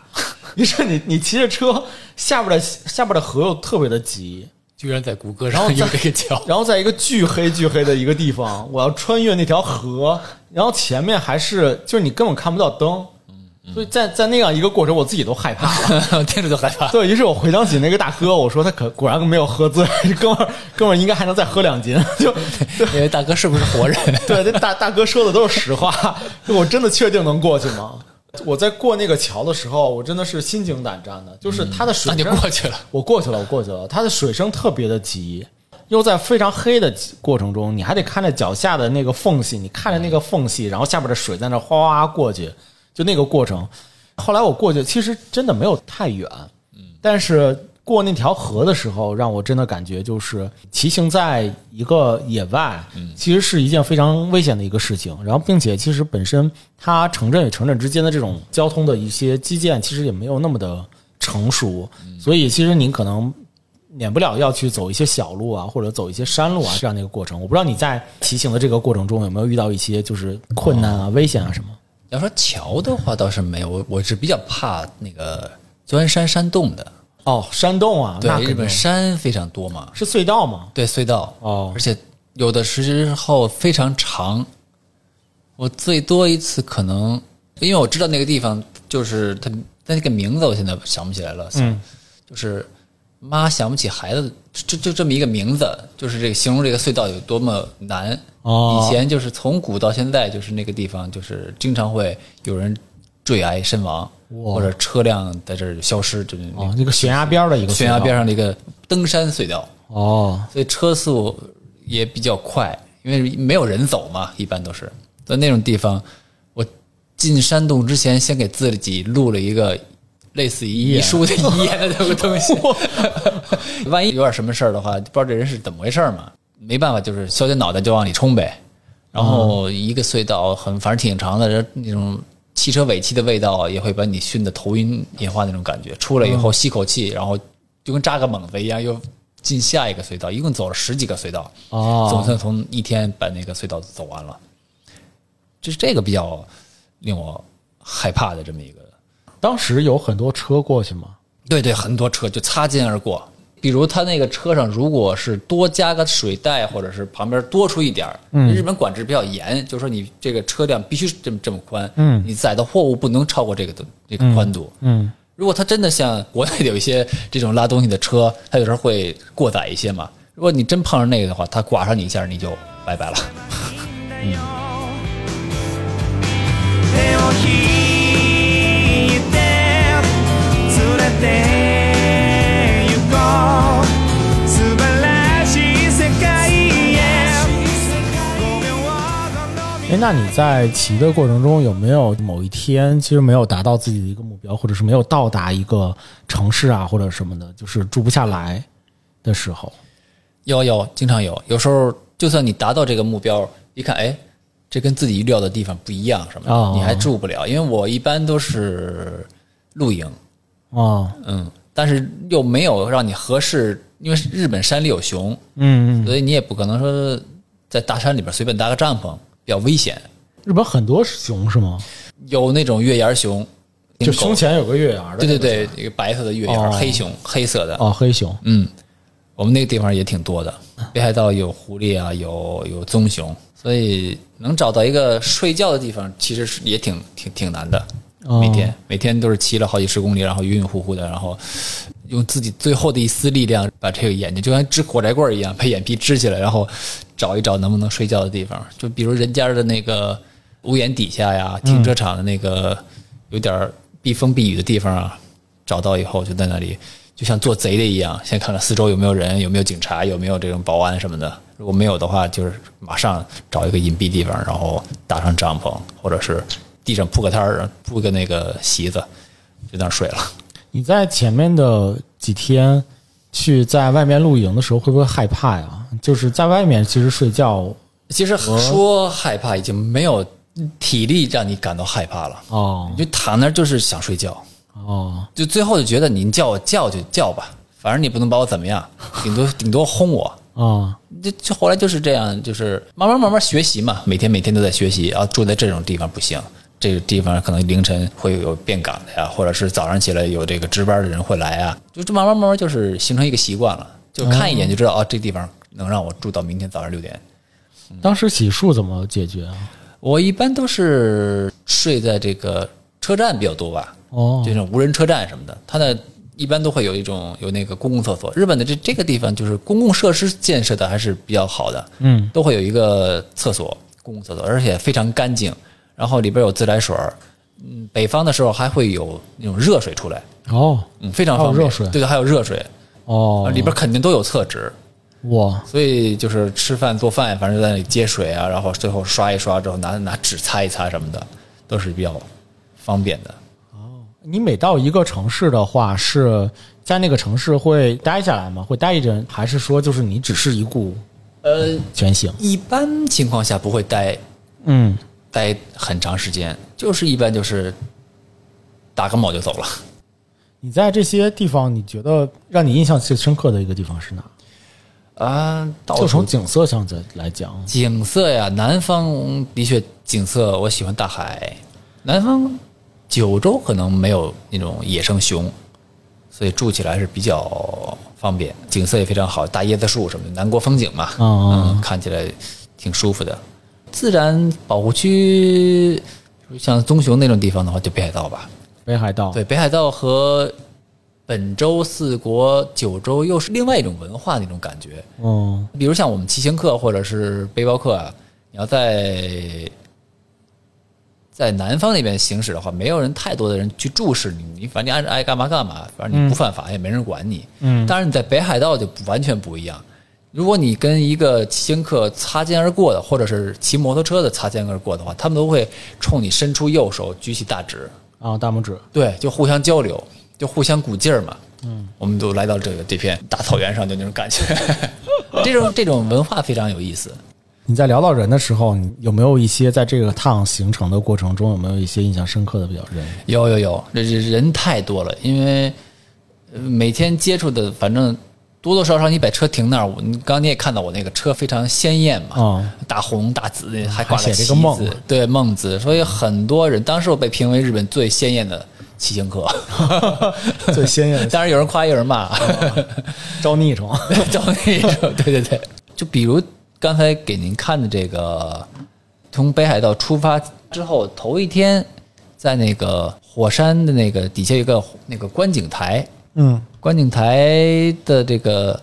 于是你你骑着车，下边的下边的河又特别的急，居然在谷歌然后上有在这个桥，然后在一个巨黑巨黑的一个地方，我要穿越那条河，然后前面还是就是你根本看不到灯，所以在在那样一个过程，我自己都害怕了。听着就害怕。对于是，我回想起那个大哥，我说他可果然没有喝醉， 哥们儿哥们儿应该还能再喝两斤， 就对因为大哥是 不是活人？ 对，这大大哥说的都是实话。我真的确定能过去吗？我在过那个桥的时候，我真的是心惊胆战的，就是它的水嗯那声、就过去了。我过去了，我过去了。它的水声特别的急，又在非常黑的过程中，你还得看着脚下的那个缝隙，你看着那个缝隙，然后下边的水在那哗哗哗过去，就那个过程。后来我过去，其实真的没有太远，但是过那条河的时候，让我真的感觉就是骑行在一个野外，嗯其实是一件非常危险的一个事情。然后，并且其实本身它城镇与城镇之间的这种交通的一些基建，其实也没有那么的成熟，嗯所以其实您可能。免不了要去走一些小路啊，或者走一些山路啊，这样的一个过程。我不知道你在骑行的这个过程中有没有遇到一些就是困难哦啊、危险啊什么？你要说桥的话倒是没有，我我是比较怕那个钻山山洞的。哦，山洞啊，那对，肯日定本山非常多嘛，是隧道吗？对隧道哦而且有的时候非常长。我最多一次可能，因为我知道那个地方就是它，但那个名字我现在想不起来了。嗯，就是妈想不起孩子，就就这么一个名字，就是这个形容这个隧道有多么难。哦以前就是从古到现在，就是那个地方，就是经常会有人坠崖身亡，哇或者车辆在这儿消失，就是那哦，那个悬崖边儿的一个悬崖隧道边上的一个登山隧道，哦，所以车速也比较快，因为没有人走嘛，一般都是在那种地方。我进山洞之前，先给自己录了一个类似于遗书的遗言的这个东 西，万一有点什么事儿的话，不知道这人是怎么回事儿嘛，没办法，就是削尖脑袋就往里冲呗。然后一个隧道很，反正挺长的，然后那种汽车尾气的味道也会把你熏得头晕眼花那种感觉。出来以后吸口气，然后就跟扎个猛子一样，又进下一个隧道。一共走了十几个隧道，哦总算从一天把那个隧道走完了。就是这个比较令我害怕的这么一个。当时有很多车过去吗？对对，很多车就擦肩而过。比如他那个车上，如果是多加个水袋，或者是旁边多出一点儿，嗯日本管制比较严，就是说你这个车辆必须这么这么宽，嗯你载的货物不能超过这个的这个宽度。嗯，如果他真的像国内有一些这种拉东西的车，他有时候会过载一些嘛。如果你真碰上那个的话，他刮上你一下，你就拜拜了。手を引いて連れて行こう素晴らしい世界へごめんわこの哎，那你在骑的过程中有没有某一天其实没有达到自己的一个目标，或者是没有到达一个城市啊或者什么的，就是住不下来的时候？有啊有，经常有。有时候就算你达到这个目标，一看，哎，这跟自己预料的地方不一样，什么的，哦你还住不了。因为我一般都是露营，哦，嗯，但是又没有让你合适，因为日本山里有熊，嗯嗯，所以你也不可能说在大山里边随便搭个帐篷，比较危险。日本很多熊是吗？有那种月牙熊，就狗胸前有个月啊牙的，对对，对，一个白色的月牙，哦黑熊，黑色的，哦，黑熊，嗯，我们那个地方也挺多的，北海道有狐狸啊，有有棕熊，所以能找到一个睡觉的地方，其实是也挺挺挺难的。哦每天每天都是骑了好几十公里，然后晕晕乎乎的，然后用自己最后的一丝力量把这个眼睛就像支火柴棍儿一样把眼皮支起来，然后找一找能不能睡觉的地方。就比如人家的那个屋檐底下呀，停车场的那个有点儿避风避雨的地方啊，找到以后就在那里，就像做贼的一样，先看看四周有没有人，有没有警察，有没有这种保安什么的。如果没有的话，就是马上找一个隐蔽地方，然后搭上帐篷，或者是地上铺个摊儿，铺个那个席子，就在那儿睡了。你在前面的几天去在外面露营的时候，会不会害怕呀？就是在外面其实睡觉其实说害怕已经没有体力让你感到害怕了，哦你就躺那儿就是想睡觉，哦就最后就觉得你叫我叫就叫吧，反正你不能把我怎么样，顶多顶多轰我。哦就就后来就是这样，就是慢慢慢慢学习嘛，每天每天都在学习，然后住在这种地方不行，这个地方可能凌晨会有变岗的呀，或者是早上起来有这个值班的人会来啊，就这慢慢慢慢就是形成一个习惯了，就看哦一眼就知道啊，这地方能让我住到明天早上六点。当时洗漱怎么解决啊？我一般都是睡在这个车站比较多吧，哦就那种无人车站什么的，它呢一般都会有一种有那个公共厕所。日本的这这个地方就是公共设施建设的还是比较好的，嗯，都会有一个厕所，公共厕所，而且非常干净，然后里边有自来水儿。嗯，北方的时候还会有那种热水出来，哦嗯，非常还有方便。热水对对，还有热水，哦，里边肯定都有厕纸。哇所以就是吃饭做饭，反正就在那里接水啊，然后最后刷一刷之后拿拿纸擦一擦什么的，都是比较方便的。你每到一个城市的话，是在那个城市会待下来吗？会待一阵，还是说就是你只是一顾呃，全行？一般情况下不会待嗯，待很长时间，就是一般就是打个卯就走了。你在这些地方，你觉得让你印象最深刻的一个地方是哪？啊，到就处从景色上再来讲，景色呀，南方的确景色，我喜欢大海。南方九州可能没有那种野生熊，所以住起来是比较方便，景色也非常好，大椰子树什么的，南国风景嘛，哦嗯，看起来挺舒服的。自然保护区，哦比如像棕熊那种地方的话，就北海道吧。北海道，对，北海道和本州四国九州又是另外一种文化的一种感觉。嗯比如像我们骑行客或者是背包客啊，你要在在南方那边行驶的话，没有人太多的人去注视你，你反正你爱爱干嘛干嘛，反正你不犯法也没人管你。嗯当然你在北海道就不完全不一样。如果你跟一个骑行客擦肩而过的，或者是骑摩托车的擦肩而过的话，他们都会冲你伸出右手，举起大指，啊，大拇指，对，就互相交流，就互相鼓劲儿嘛。嗯，我们都来到这个这片大草原上，就那种感觉， 这种这种文化非常有意思。你在聊到人的时候，你有没有一些在这个趟行程的过程中，有没有一些印象深刻的比较人？ 有有有，这这人太多了，因为呃每天接触的，反正多多少少你把车停那儿，我你刚刚你也看到我那个车非常鲜艳嘛，嗯大红大紫，还挂了还写这个旗梦子对孟子，所以很多人当时我被评为日本最鲜艳的骑 行客，哎最鲜艳的当然有人夸，有人骂。嗯招逆虫， 找那种，对对对，就比如刚才给您看的这个，从北海道出发之后头一天，在那个火山的那个底下有一个那个观景台，嗯观景台的这个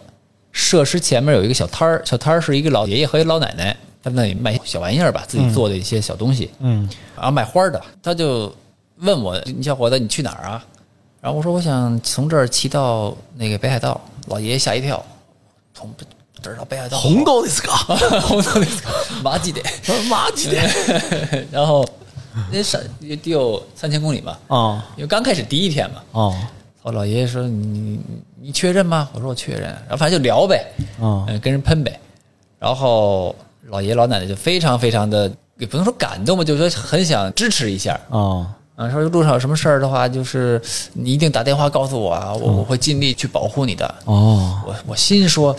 设施前面有一个小摊儿，小摊儿是一个老爷爷和一老奶奶在那里卖小玩意儿吧，自己做的一些小东西。嗯然后卖啊花儿的，他就问我：“你小伙子，你去哪儿啊？”然后我说：“我想从这儿骑到那个北海道。”老爷爷吓一跳，从这儿到北海道，红豆です か？ 红豆ですか？马吉的，马吉的。然后那山也得有三千公里嘛，哦因为刚开始第一天嘛。哦我老爷爷说：“你你你确认吗？”我说：“我确认。”然后反正就聊呗，哦嗯，跟人喷呗。然后老爷爷老奶奶就非常非常的，也不能说感动吧，就是说很想支持一下。哦啊，说路上有什么事儿的话，就是你一定打电话告诉我啊，我嗯我会尽力去保护你的。哦，我我心说，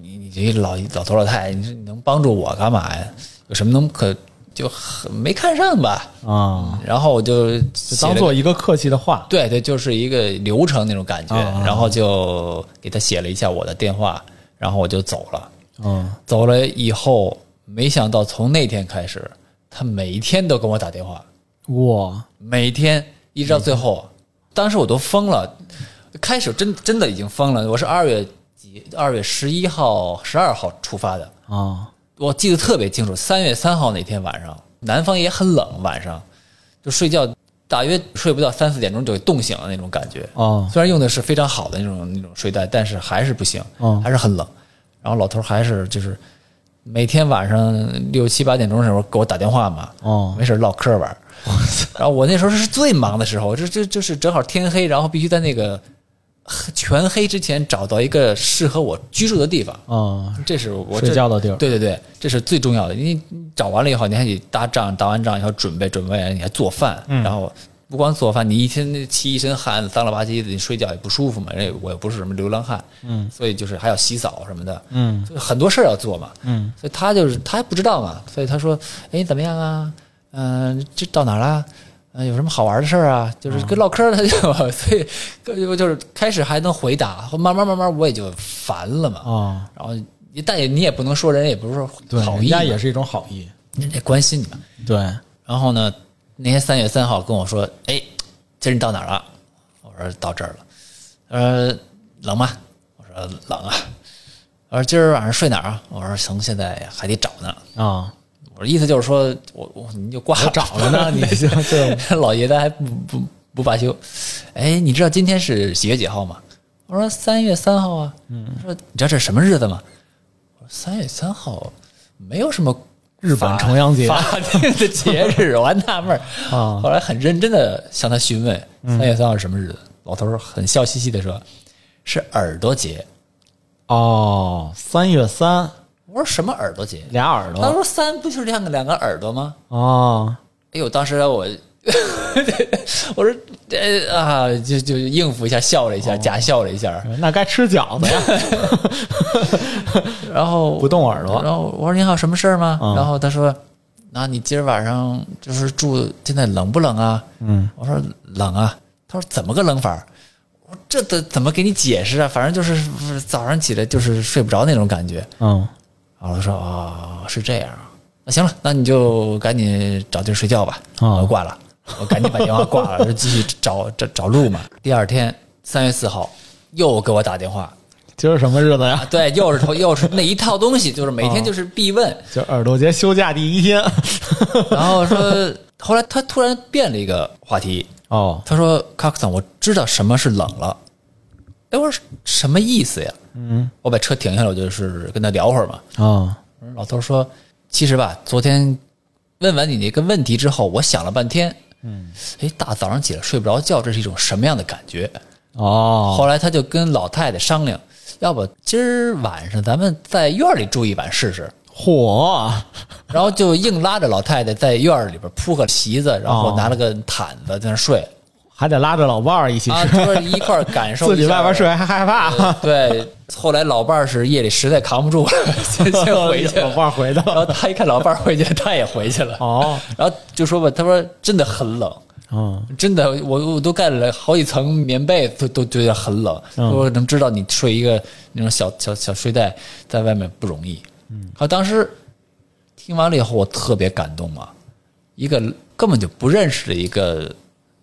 你你这老老头老太太，你说你能帮助我干嘛呀？有什么能可就很没看上吧？啊，然后我就就写了当个做一个客气的话，对对，就是一个流程那种感觉。啊啊啊然后就给他写了一下我的电话，然后我就走了。嗯，走了以后，没想到从那天开始，他每天都跟我打电话。哇，每天一直到最后，啊当时我都疯了，开始真真的已经疯了。我是二月几，二月十一号、十二号出发的，啊，我记得特别清楚。三月三号那天晚上，南方也很冷，晚上就睡觉，大约睡不到三四点钟就给冻醒了那种感觉。哦虽然用的是非常好的那种那种睡袋，但是还是不行嗯，还是很冷。然后老头儿还是就是每天晚上六七八点钟的时候给我打电话嘛，哦没事儿唠嗑玩儿。 然后我那时候是最忙的时候，这这就是正好天黑，然后必须在那个黑全黑之前找到一个适合我居住的地方。啊，这是我睡这觉的地儿对对对，这是最重要的。你你找完了以后，你还得搭帐，搭完帐以后准备准备，你还做饭，嗯然后不光做饭，你一天那起一身汗，脏了吧唧的，你睡觉也不舒服嘛。人家我也不是什么流浪汉，嗯，所以就是还要洗澡什么的，嗯就很多事儿要做嘛，嗯，所以他就是他还不知道嘛，所以他说，哎，怎么样啊？嗯、这到哪儿啦？嗯、有什么好玩的事儿啊？就是嗯跟唠嗑儿，他就 所以就就是开始还能回答，后慢慢慢慢我也就烦了嘛，啊，然后一但也你也不能说人也不是说对，好人意嘛，家也是一种好意，人家关心你嘛。对，然后呢，那天三月三号跟我说，哎，今儿你到哪儿了？我说到这儿了。他说冷吗？我说冷啊。我说今儿晚上睡哪儿啊？我说从现在还得找呢。啊，我说意思就是说我我你就挂我找了 呢，你就就 老爷子还不不不罢休。哎，你知道今天是几月几号吗？我说三月三号啊。嗯，说你知道这是什么日子吗？我说三月三号没有什么日本重阳节法法定的节日，我还纳闷儿啊后来很认真的向他询问三月三号是什么日子，老头儿很笑嘻嘻的说：“是耳朵节。哦，三月三”我说：“什么耳朵节？”俩耳他朵说：“三不就是两个两个耳朵吗？”哦，哎呦，当时我 我说这啊，就就应付一下，笑了一下，假笑了一下，那该吃饺子呀， 然后不动耳朵然后我说您还有什么事儿吗？嗯然后他说，那你今儿晚上就是住现在冷不冷啊？嗯，我说冷啊。他说怎么个冷法儿？我说这怎怎么给你解释啊？反正就是早上起来就是睡不着那种感觉。嗯然后我说哦，是这样啊，那行了，那你就赶紧找地儿睡觉吧。哦我挂了，我赶紧把电话挂了，就继续找找找路嘛。第二天三月四号又给我打电话，今儿什么日子啊呀？对，又是头又是那一套东西，就是每天就是必问。今儿耳朵节休假第一天。然后说，后来他突然变了一个话题，哦，他说：“卡克森，我知道什么是冷了。”哎，我说什么意思呀？嗯，我把车停下来，我就是跟他聊会儿嘛。啊，老头说：“其实吧，昨天问完你那个问题之后，我想了半天，嗯，哎，大早上起来睡不着觉，这是一种什么样的感觉？”哦，后来他就跟老太太商量，要不今儿晚上咱们在院儿里住一晚试试。火，然后就硬拉着老太太在院儿里边铺个席子，然哦后拿了个毯子在那儿睡、 还得拉着老伴儿一起啊，睡， 就是一块儿感受自己一下外边睡。还害怕，对，后来老伴儿是夜里实在扛不住了， 先先回去老了。伴儿回的。然后他一看老伴儿回去，他也回去了。哦，然后就说吧，他说真的很冷，嗯，真的，我我都盖了好几层棉被，都都觉得很冷。嗯说能知道你睡一个那种小小小睡袋在外面不容易。嗯，好，当时听完了以后，我特别感动啊！一个根本就不认识的一个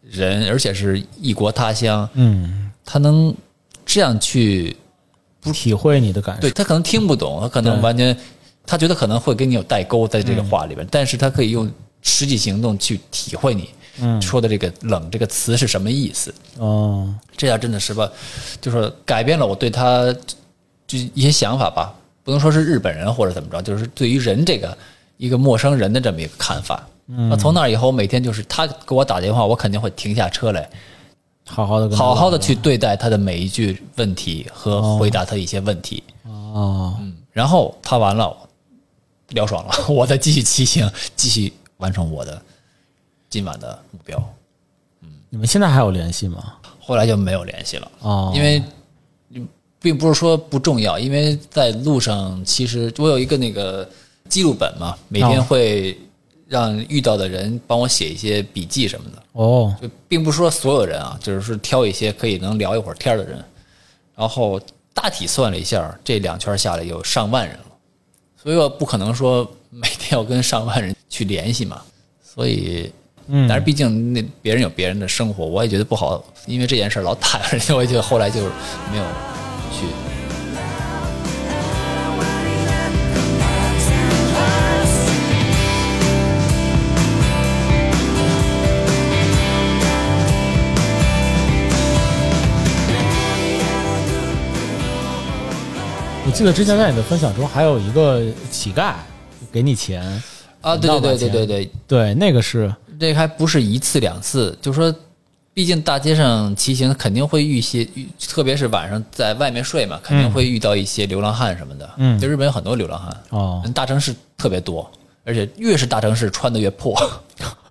人，而且是异国他乡，嗯，他能这样去，体会你的感受对。他可能听不懂，他可能完全，他觉得可能会跟你有代沟在这个话里边，但是他可以用实际行动去体会你。说的这个“冷”这个词是什么意思？哦，这下真的是吧，就是改变了我对他就一些想法吧，不能说是日本人或者怎么着，就是对于人这个一个陌生人的这么一个看法。那从那以后，每天就是他给我打电话，我肯定会停下车来，好好的跟他好好聊的去对待他的每一句问题和回答他一些问题。哦，嗯，然后他完了，聊爽了， 我再继续骑行，继续完成我的今晚的目标。你们现在还有联系吗？后来就没有联系了。哦，因为并不是说不重要，因为在路上其实我有一个那个记录本嘛，每天哦会让遇到的人帮我写一些笔记什么的，哦，就并不是说所有人啊，就是说挑一些可以能聊一会儿天儿的人，然后大体算了一下，这两圈下来有上万人了，所以我不可能说每天要跟上万人去联系嘛，所以。嗯但是毕竟那别人有别人的生活，我也觉得不好，因为这件事儿老 打人家，我也觉得后来就是没有去。我记得之前在你的分享中还有一个乞丐给你钱，啊，对对对对对对，对，那个是这还不是一次两次，就说，毕竟大街上骑行肯定会遇些，遇特别是晚上在外面睡嘛，肯定会遇到一些流浪汉什么的。嗯就日本有很多流浪汉，哦大城市特别多，而且越是大城市穿的越 破。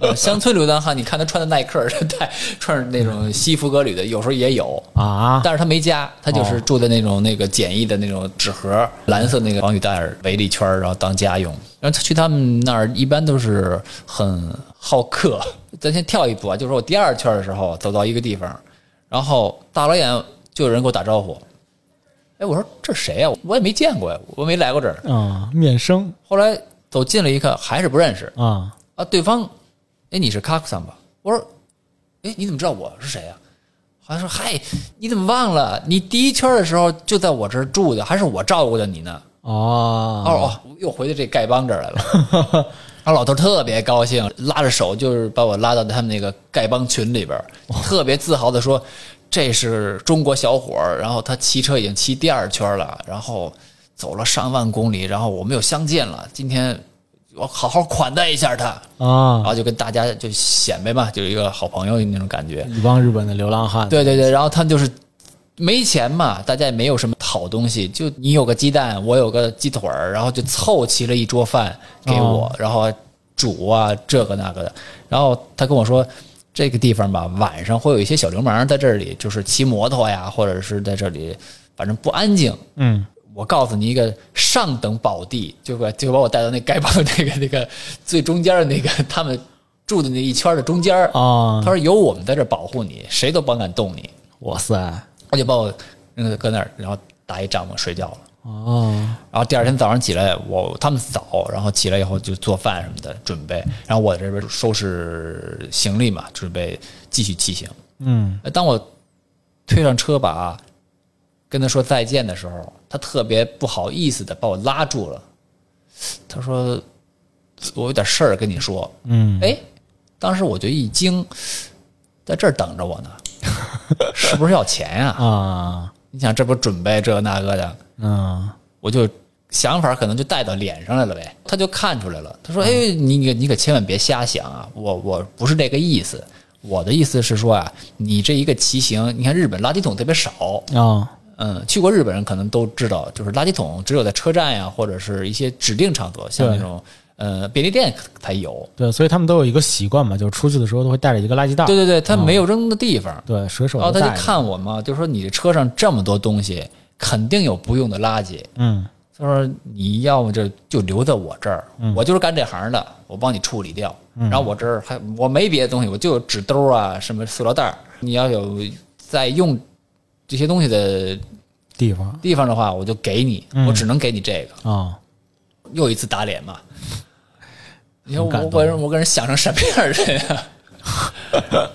呃乡村流浪汉，你看他穿的耐克儿， 带穿着那种西服革履的，有时候也有。啊，但是他没家，他就是哦住的那种那个简易的那种纸盒，蓝色那个防雨袋儿围了一圈儿，然后当家用。然后他去他们那儿一般都是很好客。 咱先跳一步啊，就是我第二圈的时候走到一个地方，然后大老远就有人给我打招呼。哎，我说这谁呀、我也没见过呀，我没来过这儿。嗯，面生后来走近了一看，还是不认识啊，啊。对方，哎，你是卡库桑吧？我说，哎，你怎么知道我是谁呀、好像说，嗨，你怎么忘了？你第一圈的时候就在我这儿住的，还是我照顾的你呢？哦哦，哦，又回到这丐帮这儿来了。然后老头特别高兴，拉着手就是把我拉到他们那个丐帮群里边儿，特别自豪的说：“这是中国小伙儿。”然后他骑车已经骑第二圈了，然后走了上万公里，然后我们又相见了。今天我好好款待一下他，然啊，后就跟大家就显摆嘛，就是一个好朋友那种感觉。一帮日本的流浪汉，对对对，然后他们就是没钱嘛，大家也没有什么好东西，就你有个鸡蛋，我有个鸡腿儿，然后就凑齐了一桌饭给我，哦然后煮啊这个那个的。然后他跟我说，这个地方吧，晚上会有一些小流氓在这里，就是骑摩托呀，或者是在这里，反正不安静。嗯，我告诉你一个上等宝地，就把就把我带到那丐帮的 那个那个最中间的那个他们住的那一圈的中间儿啊他，说有我们在这儿保护你，谁都甭敢动你。哇塞，他就把我嗯搁那儿，然后打一帐篷睡觉了。哦，然后第二天早上起来，我他们早，然后起来以后就做饭什么的准备，然后我这边收拾行李嘛，准备继续骑行。嗯，呃当我推上车把，跟他说再见的时候，他特别不好意思的把我拉住了。他说：“我有点事儿跟你说。”嗯，哎，当时我就一惊，在这儿等着我呢，是不是要钱呀、啊，你想，这不准备这个那个的，嗯，我就想法可能就带到脸上来了呗。他就看出来了，他说：“哎，你你你可千万别瞎想啊，我我不是这个意思，我的意思是说啊，你这一个骑行，你看日本垃圾桶特别少。”啊，嗯，去过日本人可能都知道，就是垃圾桶只有在车站呀、啊或者是一些指定场合，像那种呃便利店才有。对，所以他们都有一个习惯嘛，就是出去的时候都会带着一个垃圾袋儿，对对对，他没有扔的地方。对，随手然后就他带就着。看我嘛，就说你这车上这么多东西，肯定有不用的垃圾。嗯他说你要么就就留在我这儿，嗯我就是干这行的，我帮你处理掉。然后我这儿还我没别的东西，我就有纸兜啊，什么塑料袋儿。你要有在用这些东西的地方地方的话，我就给你，嗯我只能给你这个。啊，又一次打脸嘛。你说感我动我人我跟人想成什么样的人 啊？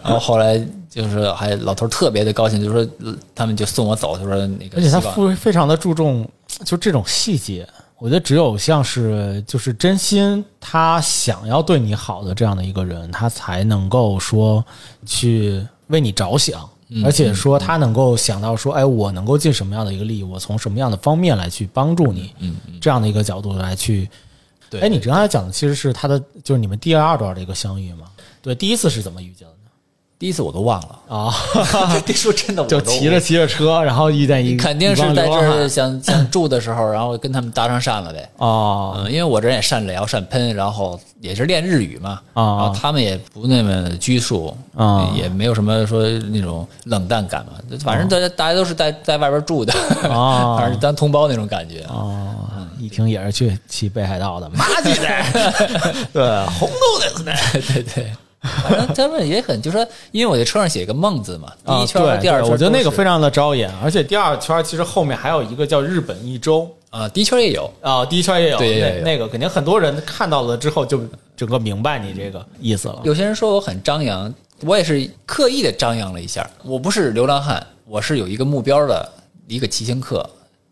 然后后来就是还老头儿特别的高兴，就说呃他们就送我走，他说那个而且他希望非非常的注重就这种细节，我觉得只有像是就是真心他想要对你好的这样的一个人，他才能够说去为你着想，嗯而且说他能够想到说，哎，我能够尽什么样的一个力，我从什么样的方面来去帮助你，嗯这样的一个角度来去。对哎，你刚才讲的其实是他的，就是你们第二段的一个相遇嘛？对，第一次是怎么遇见的呢？第一次我都忘 了，啊、这说真的我就都骑着骑着车，然后遇见一肯定是一帮在流这浪儿汉 想想住的时候，然后跟他们搭上讪了呗。哦，嗯，因为我这人也善聊善喷，然后也是练日语嘛，啊然后他们也不那么拘束，啊也没有什么说那种冷淡感嘛，就反正大家大家都是在在外边住的，啊 反正当同胞那种感觉。嗯哦，一听也是去骑北海道的，妈鸡的， 对， 红豆的，对对，反正他们也很就说，因为我在车上写一个梦字嘛，第一圈啊和对第二对圈，我觉得那个非常的招眼，而且第二圈其实后面还有一个叫日本一周啊，第一圈也有，啊、第一圈也有，对也那那有个肯定很多人看到了之后就整个明白你这个意思了。有些人说我很张扬，我也是刻意的张扬了一下。我不是流浪汉，我是有一个目标的一个骑行客。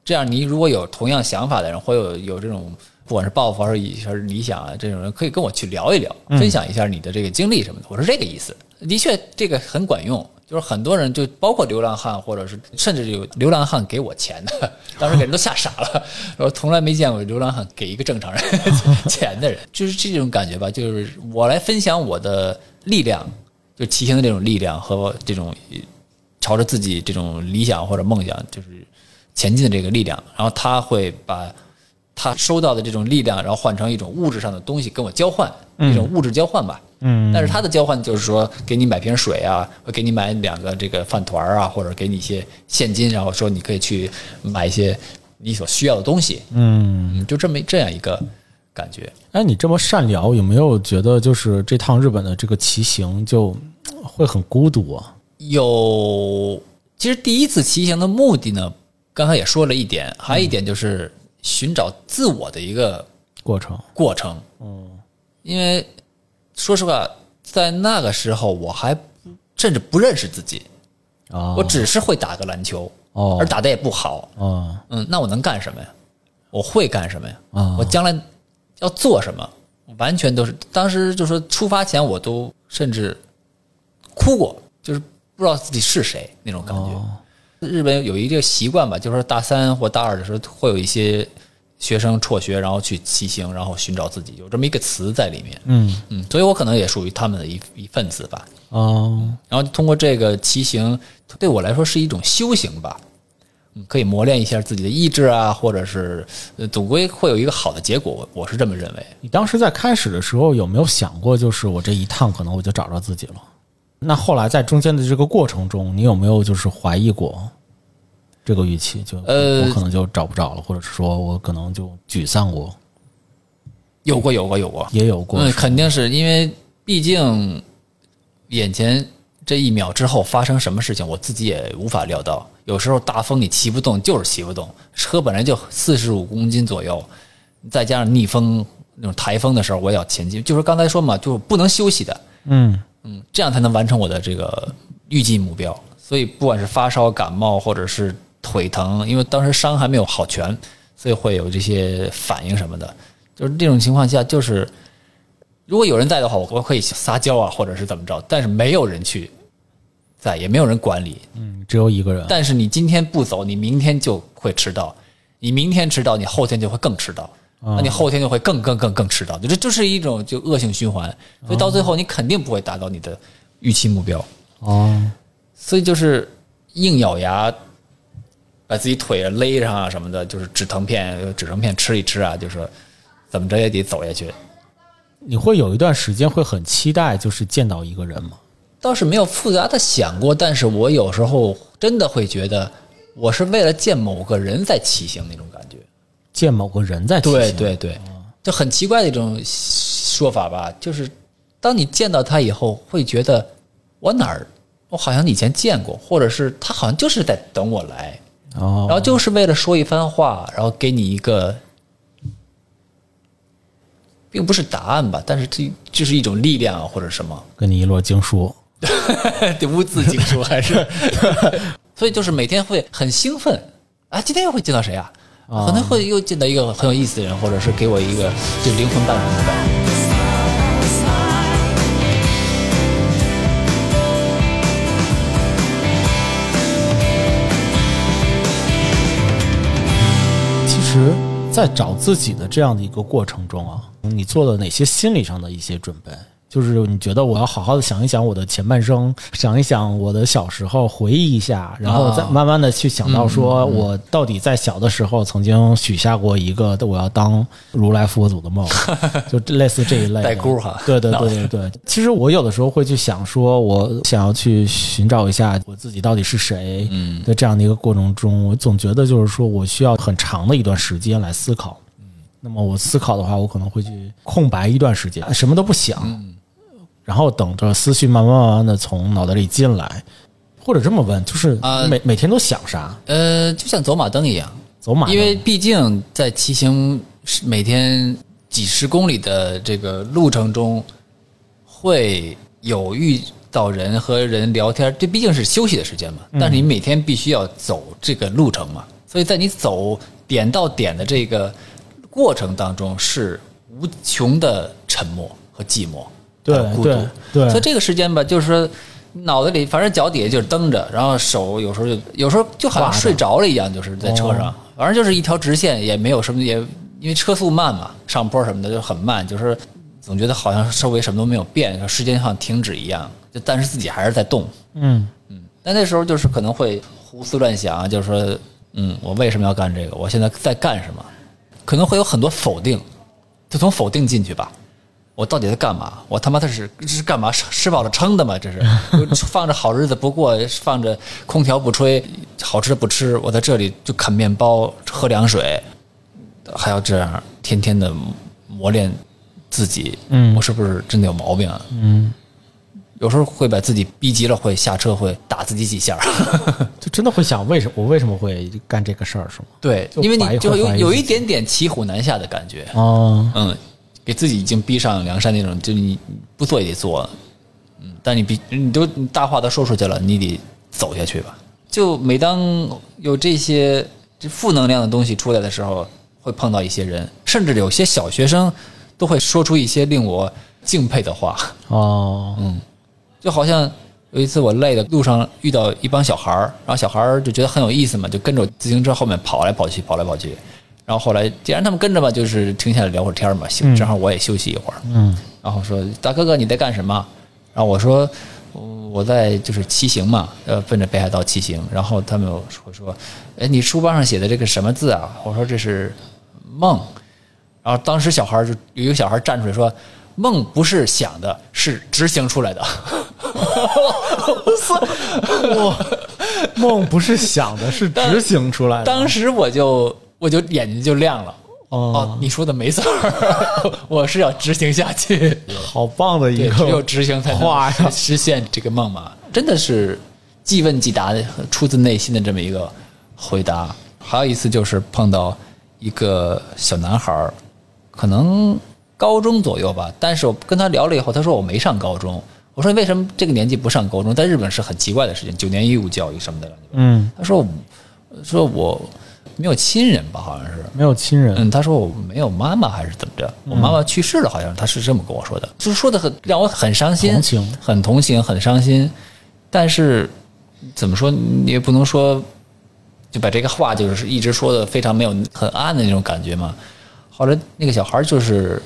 这样，你如果有同样想法的人，或有有这种不管是抱负还是以还是理想啊，这种人可以跟我去聊一聊，分享一下你的这个经历什么的。我是这个意思，的确这个很管用。就是很多人就包括流浪汉，或者是甚至有流浪汉给我钱的， 当时给人都吓傻了。 我从来没见过流浪汉给一个正常人 钱的人，就是这种感觉吧。就是我来分享我的力量，就骑行的这种力量和这种呃朝着自己这种理想或者梦想就是前进的这个力量，然后他会把他收到的这种力量，然后换成一种物质上的东西跟我交换，一种物质交换吧。嗯但是他的交换就是说，给你买瓶水啊，会给你买两个这个饭团儿啊，或者给你一些现金，然后说你可以去买一些你所需要的东西。嗯，嗯，就这么这样一个感觉。哎，你这么善聊，有没有觉得就是这趟日本的这个骑行就嗯会很孤独啊？有，其实第一次骑行的目的呢，刚才也说了一点，还有一点就是寻找自我的一个过程，过程。嗯，因为说实话，在那个时候我还不甚至不认识自己，啊，我只是会打个篮球，哦而打的也不好。啊嗯，那我能干什么呀？我会干什么呀？啊我将来要做什么？完全都是当时就说出发前我都甚至哭过，就是不知道自己是谁那种感觉。日本有一个习惯吧，就是说大三或大二的时候会有一些学生辍学，然后去骑行，然后寻找自己，有这么一个词在里面。嗯嗯，所以我可能也属于他们的一一份子吧。啊然后通过这个骑行，对我来说是一种修行吧，嗯，可以磨练一下自己的意志啊，或者是呃，总归会有一个好的结果，我我是这么认为。你当时在开始的时候有没有想过，就是我这一趟可能我就找着自己了？那后来在中间的这个过程中，你有没有就是怀疑过这个预期？就呃我可能就找不着了，或者是说我可能就沮丧过，有过，有过，有过，也有过。嗯，肯定是因为毕竟眼前这一秒之后发生什么事情，我自己也无法料到。有时候大风你骑不动，就是骑不动，车本来就四十五公斤左右，再加上逆风那种台风的时候，我也要前进。就是刚才说嘛，就是不能休息的。嗯嗯，这样才能完成我的这个预计目标。所以不管是发烧、感冒或者是腿疼，因为当时伤还没有好全，所以会有这些反应什么的。就是这种情况下，就是如果有人在的话，我我可以撒娇啊，或者是怎么着，但是没有人去在，也没有人管理，嗯，只有一个人，但是你今天不走，你明天就会迟到，你明天迟到，你后天就会更迟到，那你后天就会更更更更迟到，就这就是一种就恶性循环，所以到最后你肯定不会达到你的预期目标，哦，所以就是硬咬牙把自己腿勒上啊什么的，就是止疼片，止疼片吃一吃啊，就是怎么着也得走下去。你会有一段时间会很期待，就是见到一个人吗？倒是没有复杂的想过，但是我有时候真的会觉得，我是为了见某个人在骑行那种感觉。见某个人在骑对行对对，就很奇怪的一种说法吧，就是当你见到他以后，会觉得我哪儿我好像以前见过，或者是他好像就是在等我来，哦然，后就是为了说一番话，然后给你一个，并不是答案吧，但是这就是一种力量啊，或者什么。跟你一摞经书， 得污自己说还 是，所以就是每天会很兴奋啊，今天又会见到谁啊？可能会又见到一个很有意思的人，或者是给我一个就灵魂伴侣吧。其实，在找自己的这样的一个过程中啊，你做了哪些心理上的一些准备？就是你觉得我要好好的想一想我的前半生，想一想我的小时候，回忆一下，然后再啊嗯慢慢的去想到说，我到底在小的时候曾经许下过一个我要当如来佛祖的 梦，就类似这一类的带箍哈哎对对脑对对袋 对。其实我有的时候会去想，说我想要去寻找一下我自己到底是谁。嗯，在这样的一个过程中，我总觉得就是说我需要很长的一段时间来思考。嗯那么我思考的话，我可能会去空白一段时间，嗯什么都不想，然后等着思绪慢慢慢慢的从脑袋里进来。或者这么问，就是啊每、每天都想啥？呃，就像走马灯一样，走马路因为毕竟在骑行是每天几十公里的这个路程中，会有遇到人和人聊天，这毕竟是休息的时间嘛。嗯但是你每天必须要走这个路程嘛，所以在你走点到点的这个过程当中，是无穷的沉默和寂寞，对还有孤独对。对所以这个时间吧，就是说。脑子里反正脚底下就是蹬着，然后手有时候就有时候就好像画着睡着了一样，就是在车上，反正就是一条直线，也没有什么，也因为车速慢嘛，上坡什么的就很慢，就是总觉得好像周围什么都没有变，时间好像停止一样，就但是自己还是在动。嗯，但那时候就是可能会胡思乱想，啊就是说，嗯，我为什么要干这个？我现在在干什么？可能会有很多否定，就从否定进去吧。我到底在干嘛？我他妈的是这是干嘛？吃吃饱了撑的吗？这是放着好日子不过，放着空调不吹，好吃的不吃，我在这里就啃面包、喝凉水，还要这样天天的磨练自己。嗯我是不是真的有毛病啊？有时候会把自己逼急了，会下车会打自己几下。就真的会想为什么我为什么会干这个事儿是吗？对，就因为怀你疑就会有怀疑有一自己点点骑虎难下的感觉。哦，嗯，给自己已经逼上梁山那种，就你不做也得做。嗯，但你比你都你大话都说出去了，你得走下去吧。就每当有这些这负能量的东西出来的时候，会碰到一些人，甚至有些小学生都会说出一些令我敬佩的话。哦，就好像有一次我累的路上遇到一帮小孩儿，然后小孩儿就觉得很有意思嘛，就跟着我自行车后面跑来跑去，跑来跑去。然后后来既然他们跟着嘛，就是停下来聊会儿天儿嘛，休正好我也休息一会儿。嗯，然后说大哥哥你在干什么？然后我说我我在就是骑行嘛，呃，奔着北海道骑行。然后他们会说，哎，你书包上写的这个什么字啊？我说这是梦。然后当时小孩儿就有一个小孩儿站出来说：“梦不是想的，是执行出来的。”梦不是想的，是执行出来的。当时我就我就眼睛就亮了。哦你说的没错儿， 我是要执行下去，好棒的一对，个，只有执行才话能呀实实现这个梦嘛。真的是即问即答的，出自内心的这么一个回答。还有一次就是碰到一个小男孩儿，可能高中左右吧，但是我跟他聊了以后，他说我没上高中，我说你为什么这个年纪不上高中？在日本是很奇怪的事情，九年义务教育什么的。嗯，他说我说我没有亲人吧，好像是。没有亲人，嗯，他说我没有妈妈还是怎么着？嗯我妈妈去世了，好像他是这么跟我说的，就是说的很让我很伤心，同情很同情，很伤心。但是怎么说，你也不能说就把这个话就是一直说的非常没有很暗的那种感觉嘛。后来那个小孩就是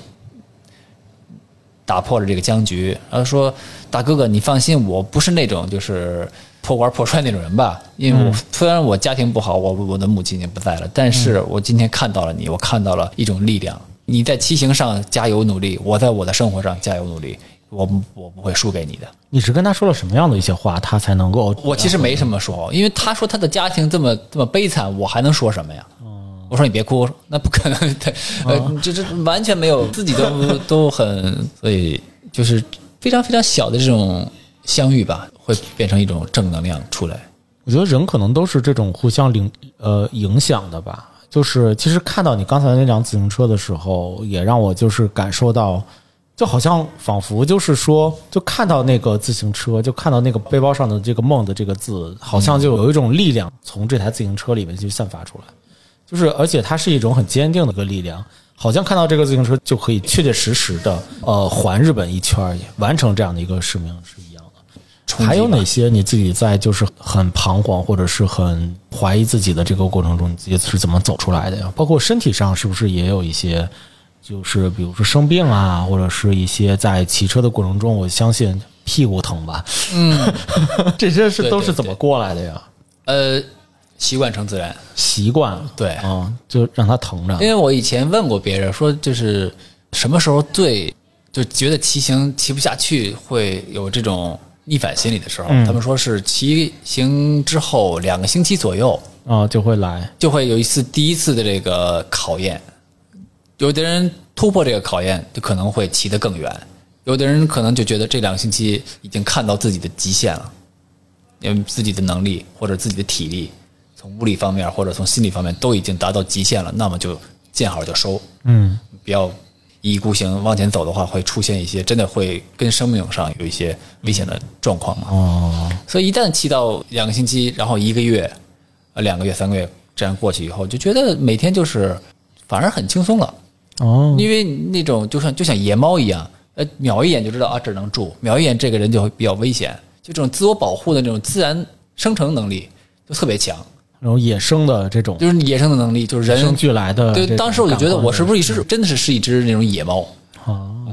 打破了这个僵局，然后说：“大哥哥，你放心，我不是那种就是破罐破摔那种人吧？因为我、虽然我家庭不好，我我的母亲已经不在了，但是我今天看到了你，我看到了一种力量。你在骑行上加油努力，我在我的生活上加油努力，我不我不会输给你的。”你是跟他说了什么样的一些话，他才能够？我其实没什么说，因为他说他的家庭这么这么悲惨，我还能说什么呀？哦我说你别哭，那不可能，对，呃，就是完全没有自己 都都很，所以就是非常非常小的这种相遇吧，会变成一种正能量出来。我觉得人可能都是这种互相影呃影响的吧。就是其实看到你刚才那辆自行车的时候，也让我就是感受到，就好像仿佛就是说，就看到那个自行车，就看到那个背包上的这个“梦”的这个字，好像就有一种力量从这台自行车里面去散发出来。就是而且它是一种很坚定的一个力量，好像看到这个自行车就可以确确实实的呃环日本一圈儿，完成这样的一个使命是一样的。冲击吧还有哪些你自己在就是很彷徨或者是很怀疑自己的这个过程中，你自己是怎么走出来的呀？包括身体上是不是也有一些，就是比如说生病啊，或者是一些在骑车的过程中，我相信屁股疼吧，嗯， 这些是对都是对怎么对过来的呀？呃，习惯成自然。习惯了对嗯，就让它疼着因。为我以前问过别人说，就是什么时候最就觉得骑行骑不下去，会有这种逆反心理的时候，他们说是骑行之后两个星期左右啊、就会来，就会有一次第一次的这个考验。有的人突破这个考验，就可能会骑得更远；有的人可能就觉得这两个星期已经看到自己的极限了，因为自己的能力或者自己的体力，从物理方面或者从心理方面都已经达到极限了，那么就见好就收。嗯，不要一意孤行往前走的话，会出现一些真的会跟生命上有一些危险的状况嘛。哦，所以一旦期到两个星期，然后一个月、呃两个月、三个月这样过去以后，就觉得每天就是反而很轻松了，哦，因为那种就像就像野猫一样，呃，瞄一眼就知道啊这儿能住，瞄一眼这个人就会比较危险，就这种自我保护的这种自然生成能力就特别强，然后野生的这种就是野生的能力，就是人与生俱来的这对，种当时我就觉得感官啊我是不是一只真的是是一只那种野猫？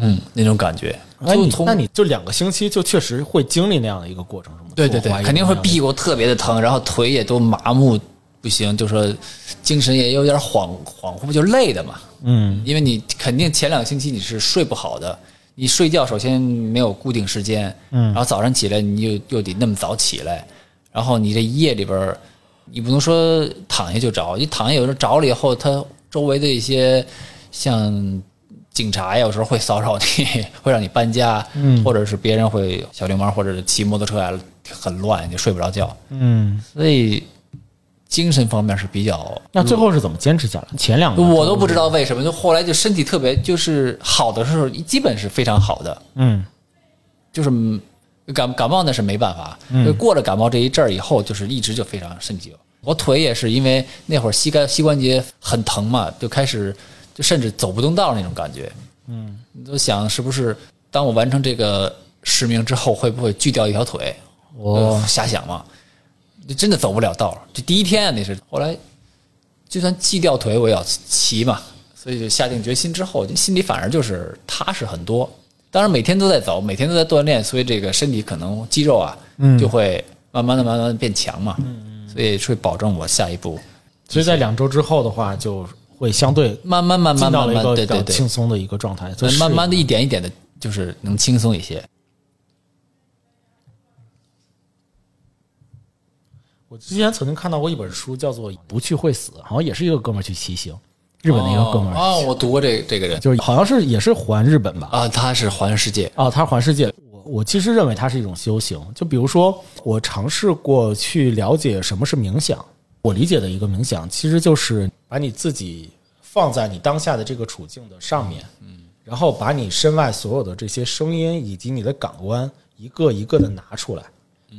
嗯，那种感觉。那就哎你从那你就两个星期就确实会经历那样的一个过程，是吗？对对对自我怀，疑肯定会那样的屁股特别的疼，然后腿也都麻木不行，就说精神也有点恍恍惚，就累的嘛。嗯，因为你肯定前两个星期你是睡不好的，你睡觉首先没有固定时间，嗯，然后早上起来你又又得那么早起来，然后你这夜里边儿你不能说躺下就着，你躺下有时候着了以后，它周围的一些像警察有时候会骚扰你， 会让你搬家，嗯，或者是别人会小流氓或者是骑摩托车啊，很乱，你睡不着觉，嗯，所以精神方面是比较。那最后是怎么坚持下来？前两个嗯我都不知道为什么，就后来就身体特别，就是好的时候，基本是非常好的，嗯就是嗯感感冒那是没办法，就过了感冒这一阵儿以后，就是一直就非常身体就。我腿也是因为那会儿膝盖膝关节很疼嘛，就开始就甚至走不动道那种感觉。嗯，都想是不是当我完成这个使命之后，会不会锯掉一条腿？我、瞎想嘛，就真的走不了道儿。就第一天啊那是，后来就算锯掉腿，我也要骑嘛。所以就下定决心之后，就心里反而就是踏实很多。当然每天都在走，每天都在锻炼，所以这个身体可能肌肉啊，嗯就会慢慢的、慢慢的变强嘛。所以会保证我下一步所以在两周之后的话，就会相对慢慢、慢进慢、到慢了一慢，个对比较对对，轻松的一个状态，就慢慢的的一点一点的，就是能轻松一些。我之前曾经看到过一本书，叫做《不去会死》，好像也是一个哥们儿去骑行，日本的一个哥们儿，哦，我读过这这个人就是好像是也是环日本吧，啊，他是环世界，哦，它是环世界。我我其实认为它是一种修行。就比如说，我尝试过去了解什么是冥想。我理解的一个冥想，其实就是把你自己放在你当下的这个处境的上面，嗯，然后把你身外所有的这些声音以及你的感官一个一个的拿出来，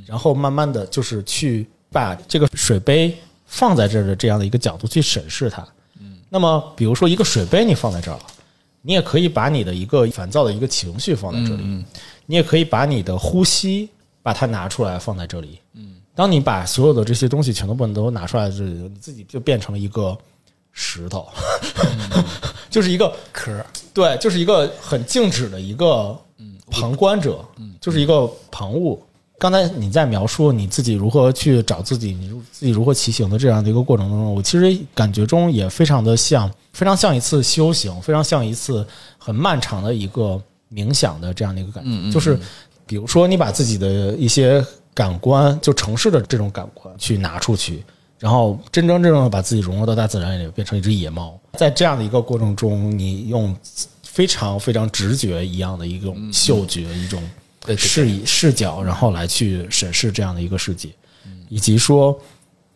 然后慢慢的就是去把这个水杯放在这儿的这样的一个角度去审视它。那么比如说一个水杯你放在这儿了，你也可以把你的一个烦躁的一个情绪放在这里，你也可以把你的呼吸把它拿出来放在这里。嗯，当你把所有的这些东西全都都拿出来之后，你自己就变成了一个石头，就是一个壳儿，嗯对，就是一个很静止的一个旁观者，就是一个旁骛。刚才你在描述你自己如何去找自己，你如自己如何骑行的这样的一个过程当中，我其实感觉中也非常的像，非常像一次修行，非常像一次很漫长的一个冥想的这样的一个感觉。嗯就是比如说，你把自己的一些感官，就城市的这种感官去拿出去，然后真真正正的把自己融入到大自然里，变成一只野猫。在这样的一个过程中，你用非常非常直觉一样的一种嗅觉，一种嗯对对对视以视角，然后来去审视这样的一个世界，以及说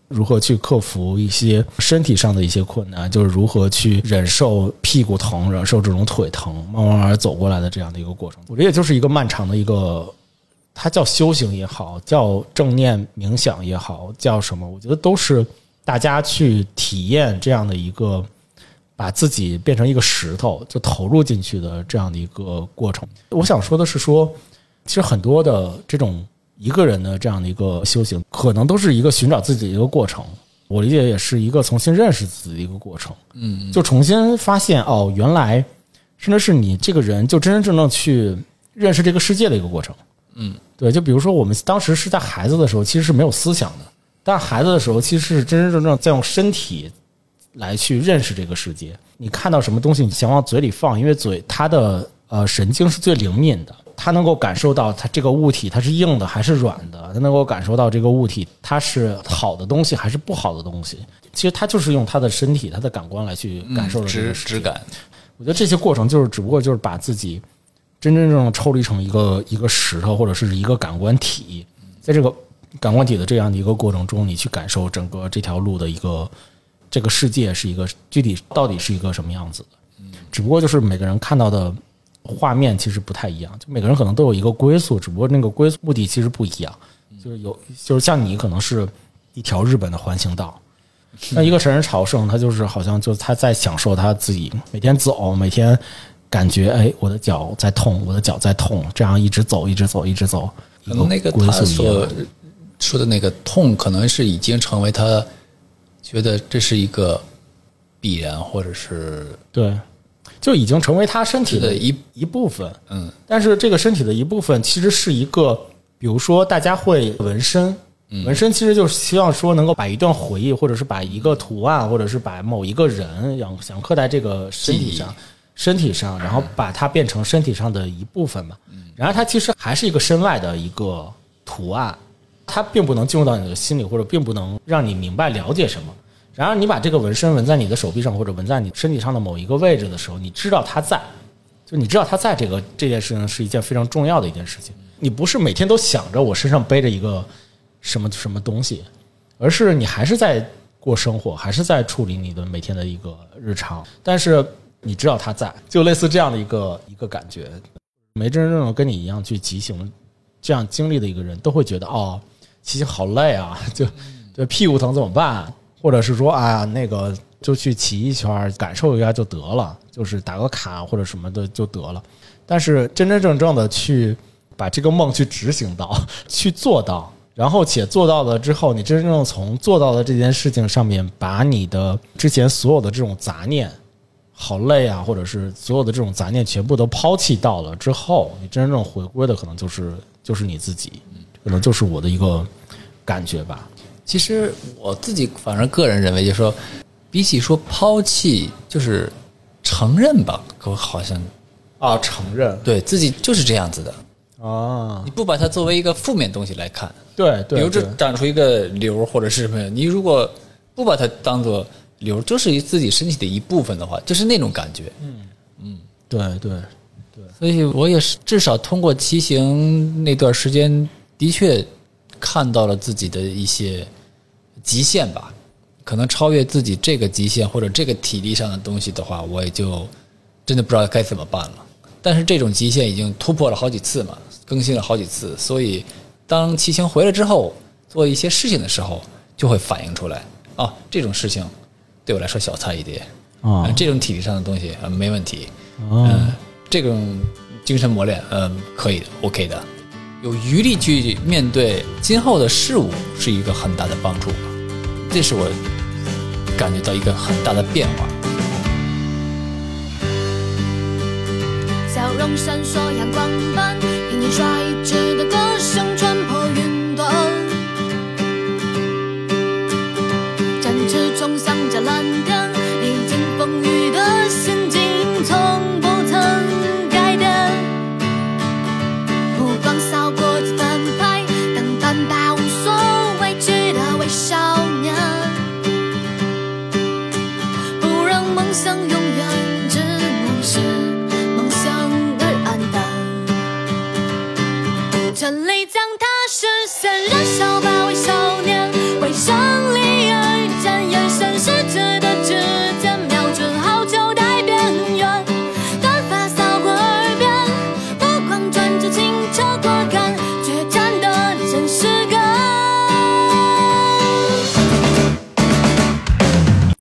如何去克服一些身体上的一些困难，就是如何去忍受屁股疼，忍受这种腿疼，慢慢慢慢走过来的这样的一个过程。我觉得也就是一个漫长的一个它叫修行也好，叫正念冥想也好，叫什么，我觉得都是大家去体验这样的一个把自己变成一个石头，就投入进去的这样的一个过程。我想说的是说，其实很多的这种一个人的这样的一个修行，可能都是一个寻找自己的一个过程。我理解也是一个重新认识自己的一个过程，嗯，就重新发现哦，原来甚至是你这个人就真真正正去认识这个世界的一个过程。对，就比如说我们当时是在孩子的时候，其实是没有思想的，但孩子的时候，其实是真真正正在用身体来去认识这个世界。你看到什么东西，你想往嘴里放，因为嘴它的呃神经是最灵敏的，它能够感受到它这个物体它是硬的还是软的，它能够感受到这个物体它是好的东西还是不好的东西。其实它就是用它的身体、它的感官来去感受着嗯这质个世界质感，我觉得这些过程就是，只不过就是把自己真真正正抽离成一个一个石头或者是一个感官体，在这个感官体的这样的一个过程中，你去感受整个这条路的一个这个世界是一个具体到底是一个什么样子的。只不过就是每个人看到的画面其实不太一样，就每个人可能都有一个归宿，只不过那个归宿目的其实不一样。嗯就是有，就是像你可能是一条日本的环形道，那一个神人朝圣，他就是好像就他在享受他自己每天走，每天感觉哎，我的脚在痛，我的脚在痛，这样一直走，一直走，一直走。可能那个归他宿一样所说的那个痛，可能是已经成为他觉得这是一个必然，或者是对，就已经成为他身体的是的一一一部分。嗯，但是这个身体的一部分其实是一个，比如说大家会纹身，纹身其实就是希望说能够把一段回忆，或者是把一个图案，或者是把某一个人想想刻在这个身体上记。身体上，然后把它变成身体上的一部分嘛。然后它其实还是一个身外的一个图案，它并不能进入到你的心里，或者并不能让你明白了解什么。然而，你把这个纹身纹在你的手臂上，或者纹在你身体上的某一个位置的时候，你知道它在，就你知道它在这个这件事情是一件非常重要的一件事情。你不是每天都想着我身上背着一个什么什么东西，而是你还是在过生活，还是在处理你的每天的一个日常，但是你知道它在，就类似这样的一个一个感觉。没真正的跟你一样去骑行，这样经历的一个人都会觉得哦，骑行好累啊，就就屁股疼怎么办？或者是说啊，那个就去骑一圈儿，感受一下就得了，就是打个卡或者什么的就得了。但是真真正正的去把这个梦去执行到， 去做到，然后且做到了之后，你真真正正从做到的这件事情上面，把你的之前所有的这种杂念，好累啊，或者是所有的这种杂念全部都抛弃到了之后，你真正回归的可能就是就是你自己，可能就是我的一个感觉吧。其实我自己反正个人认为，就是说，比起说抛弃，就是承认吧，我好像啊，承认对自己就是这样子的。啊，你不把它作为一个负面东西来看，对比对，如这对长出一个瘤或者是什么，你如果不把它当做瘤，就是自己身体的一部分的话，就是那种感觉。对对，所以我也是至少通过骑行那段时间，的确看到了自己的一些极限吧。可能超越自己这个极限或者这个体力上的东西的话，我也就真的不知道该怎么办了。但是这种极限已经突破了好几次嘛，更新了好几次，所以当骑行回来之后，做一些事情的时候，就会反映出来啊，这种事情对我来说小菜一碟哦呃这种体力上的东西啊、呃没问题，嗯、这种精神磨练，嗯、可以的，OK 的，有余力去面对今后的事物是一个很大的帮助，这是我感觉到一个很大的变化。笑容闪烁，阳光般，凭你率直的歌声穿破云朵。展翅冲向着蓝天，历经风雨的心境从不曾改变。目光扫过几分拍，当看到无所畏惧的伪少年，不让梦想永远只能是梦想而黯淡。全力将它实现，燃烧吧微笑，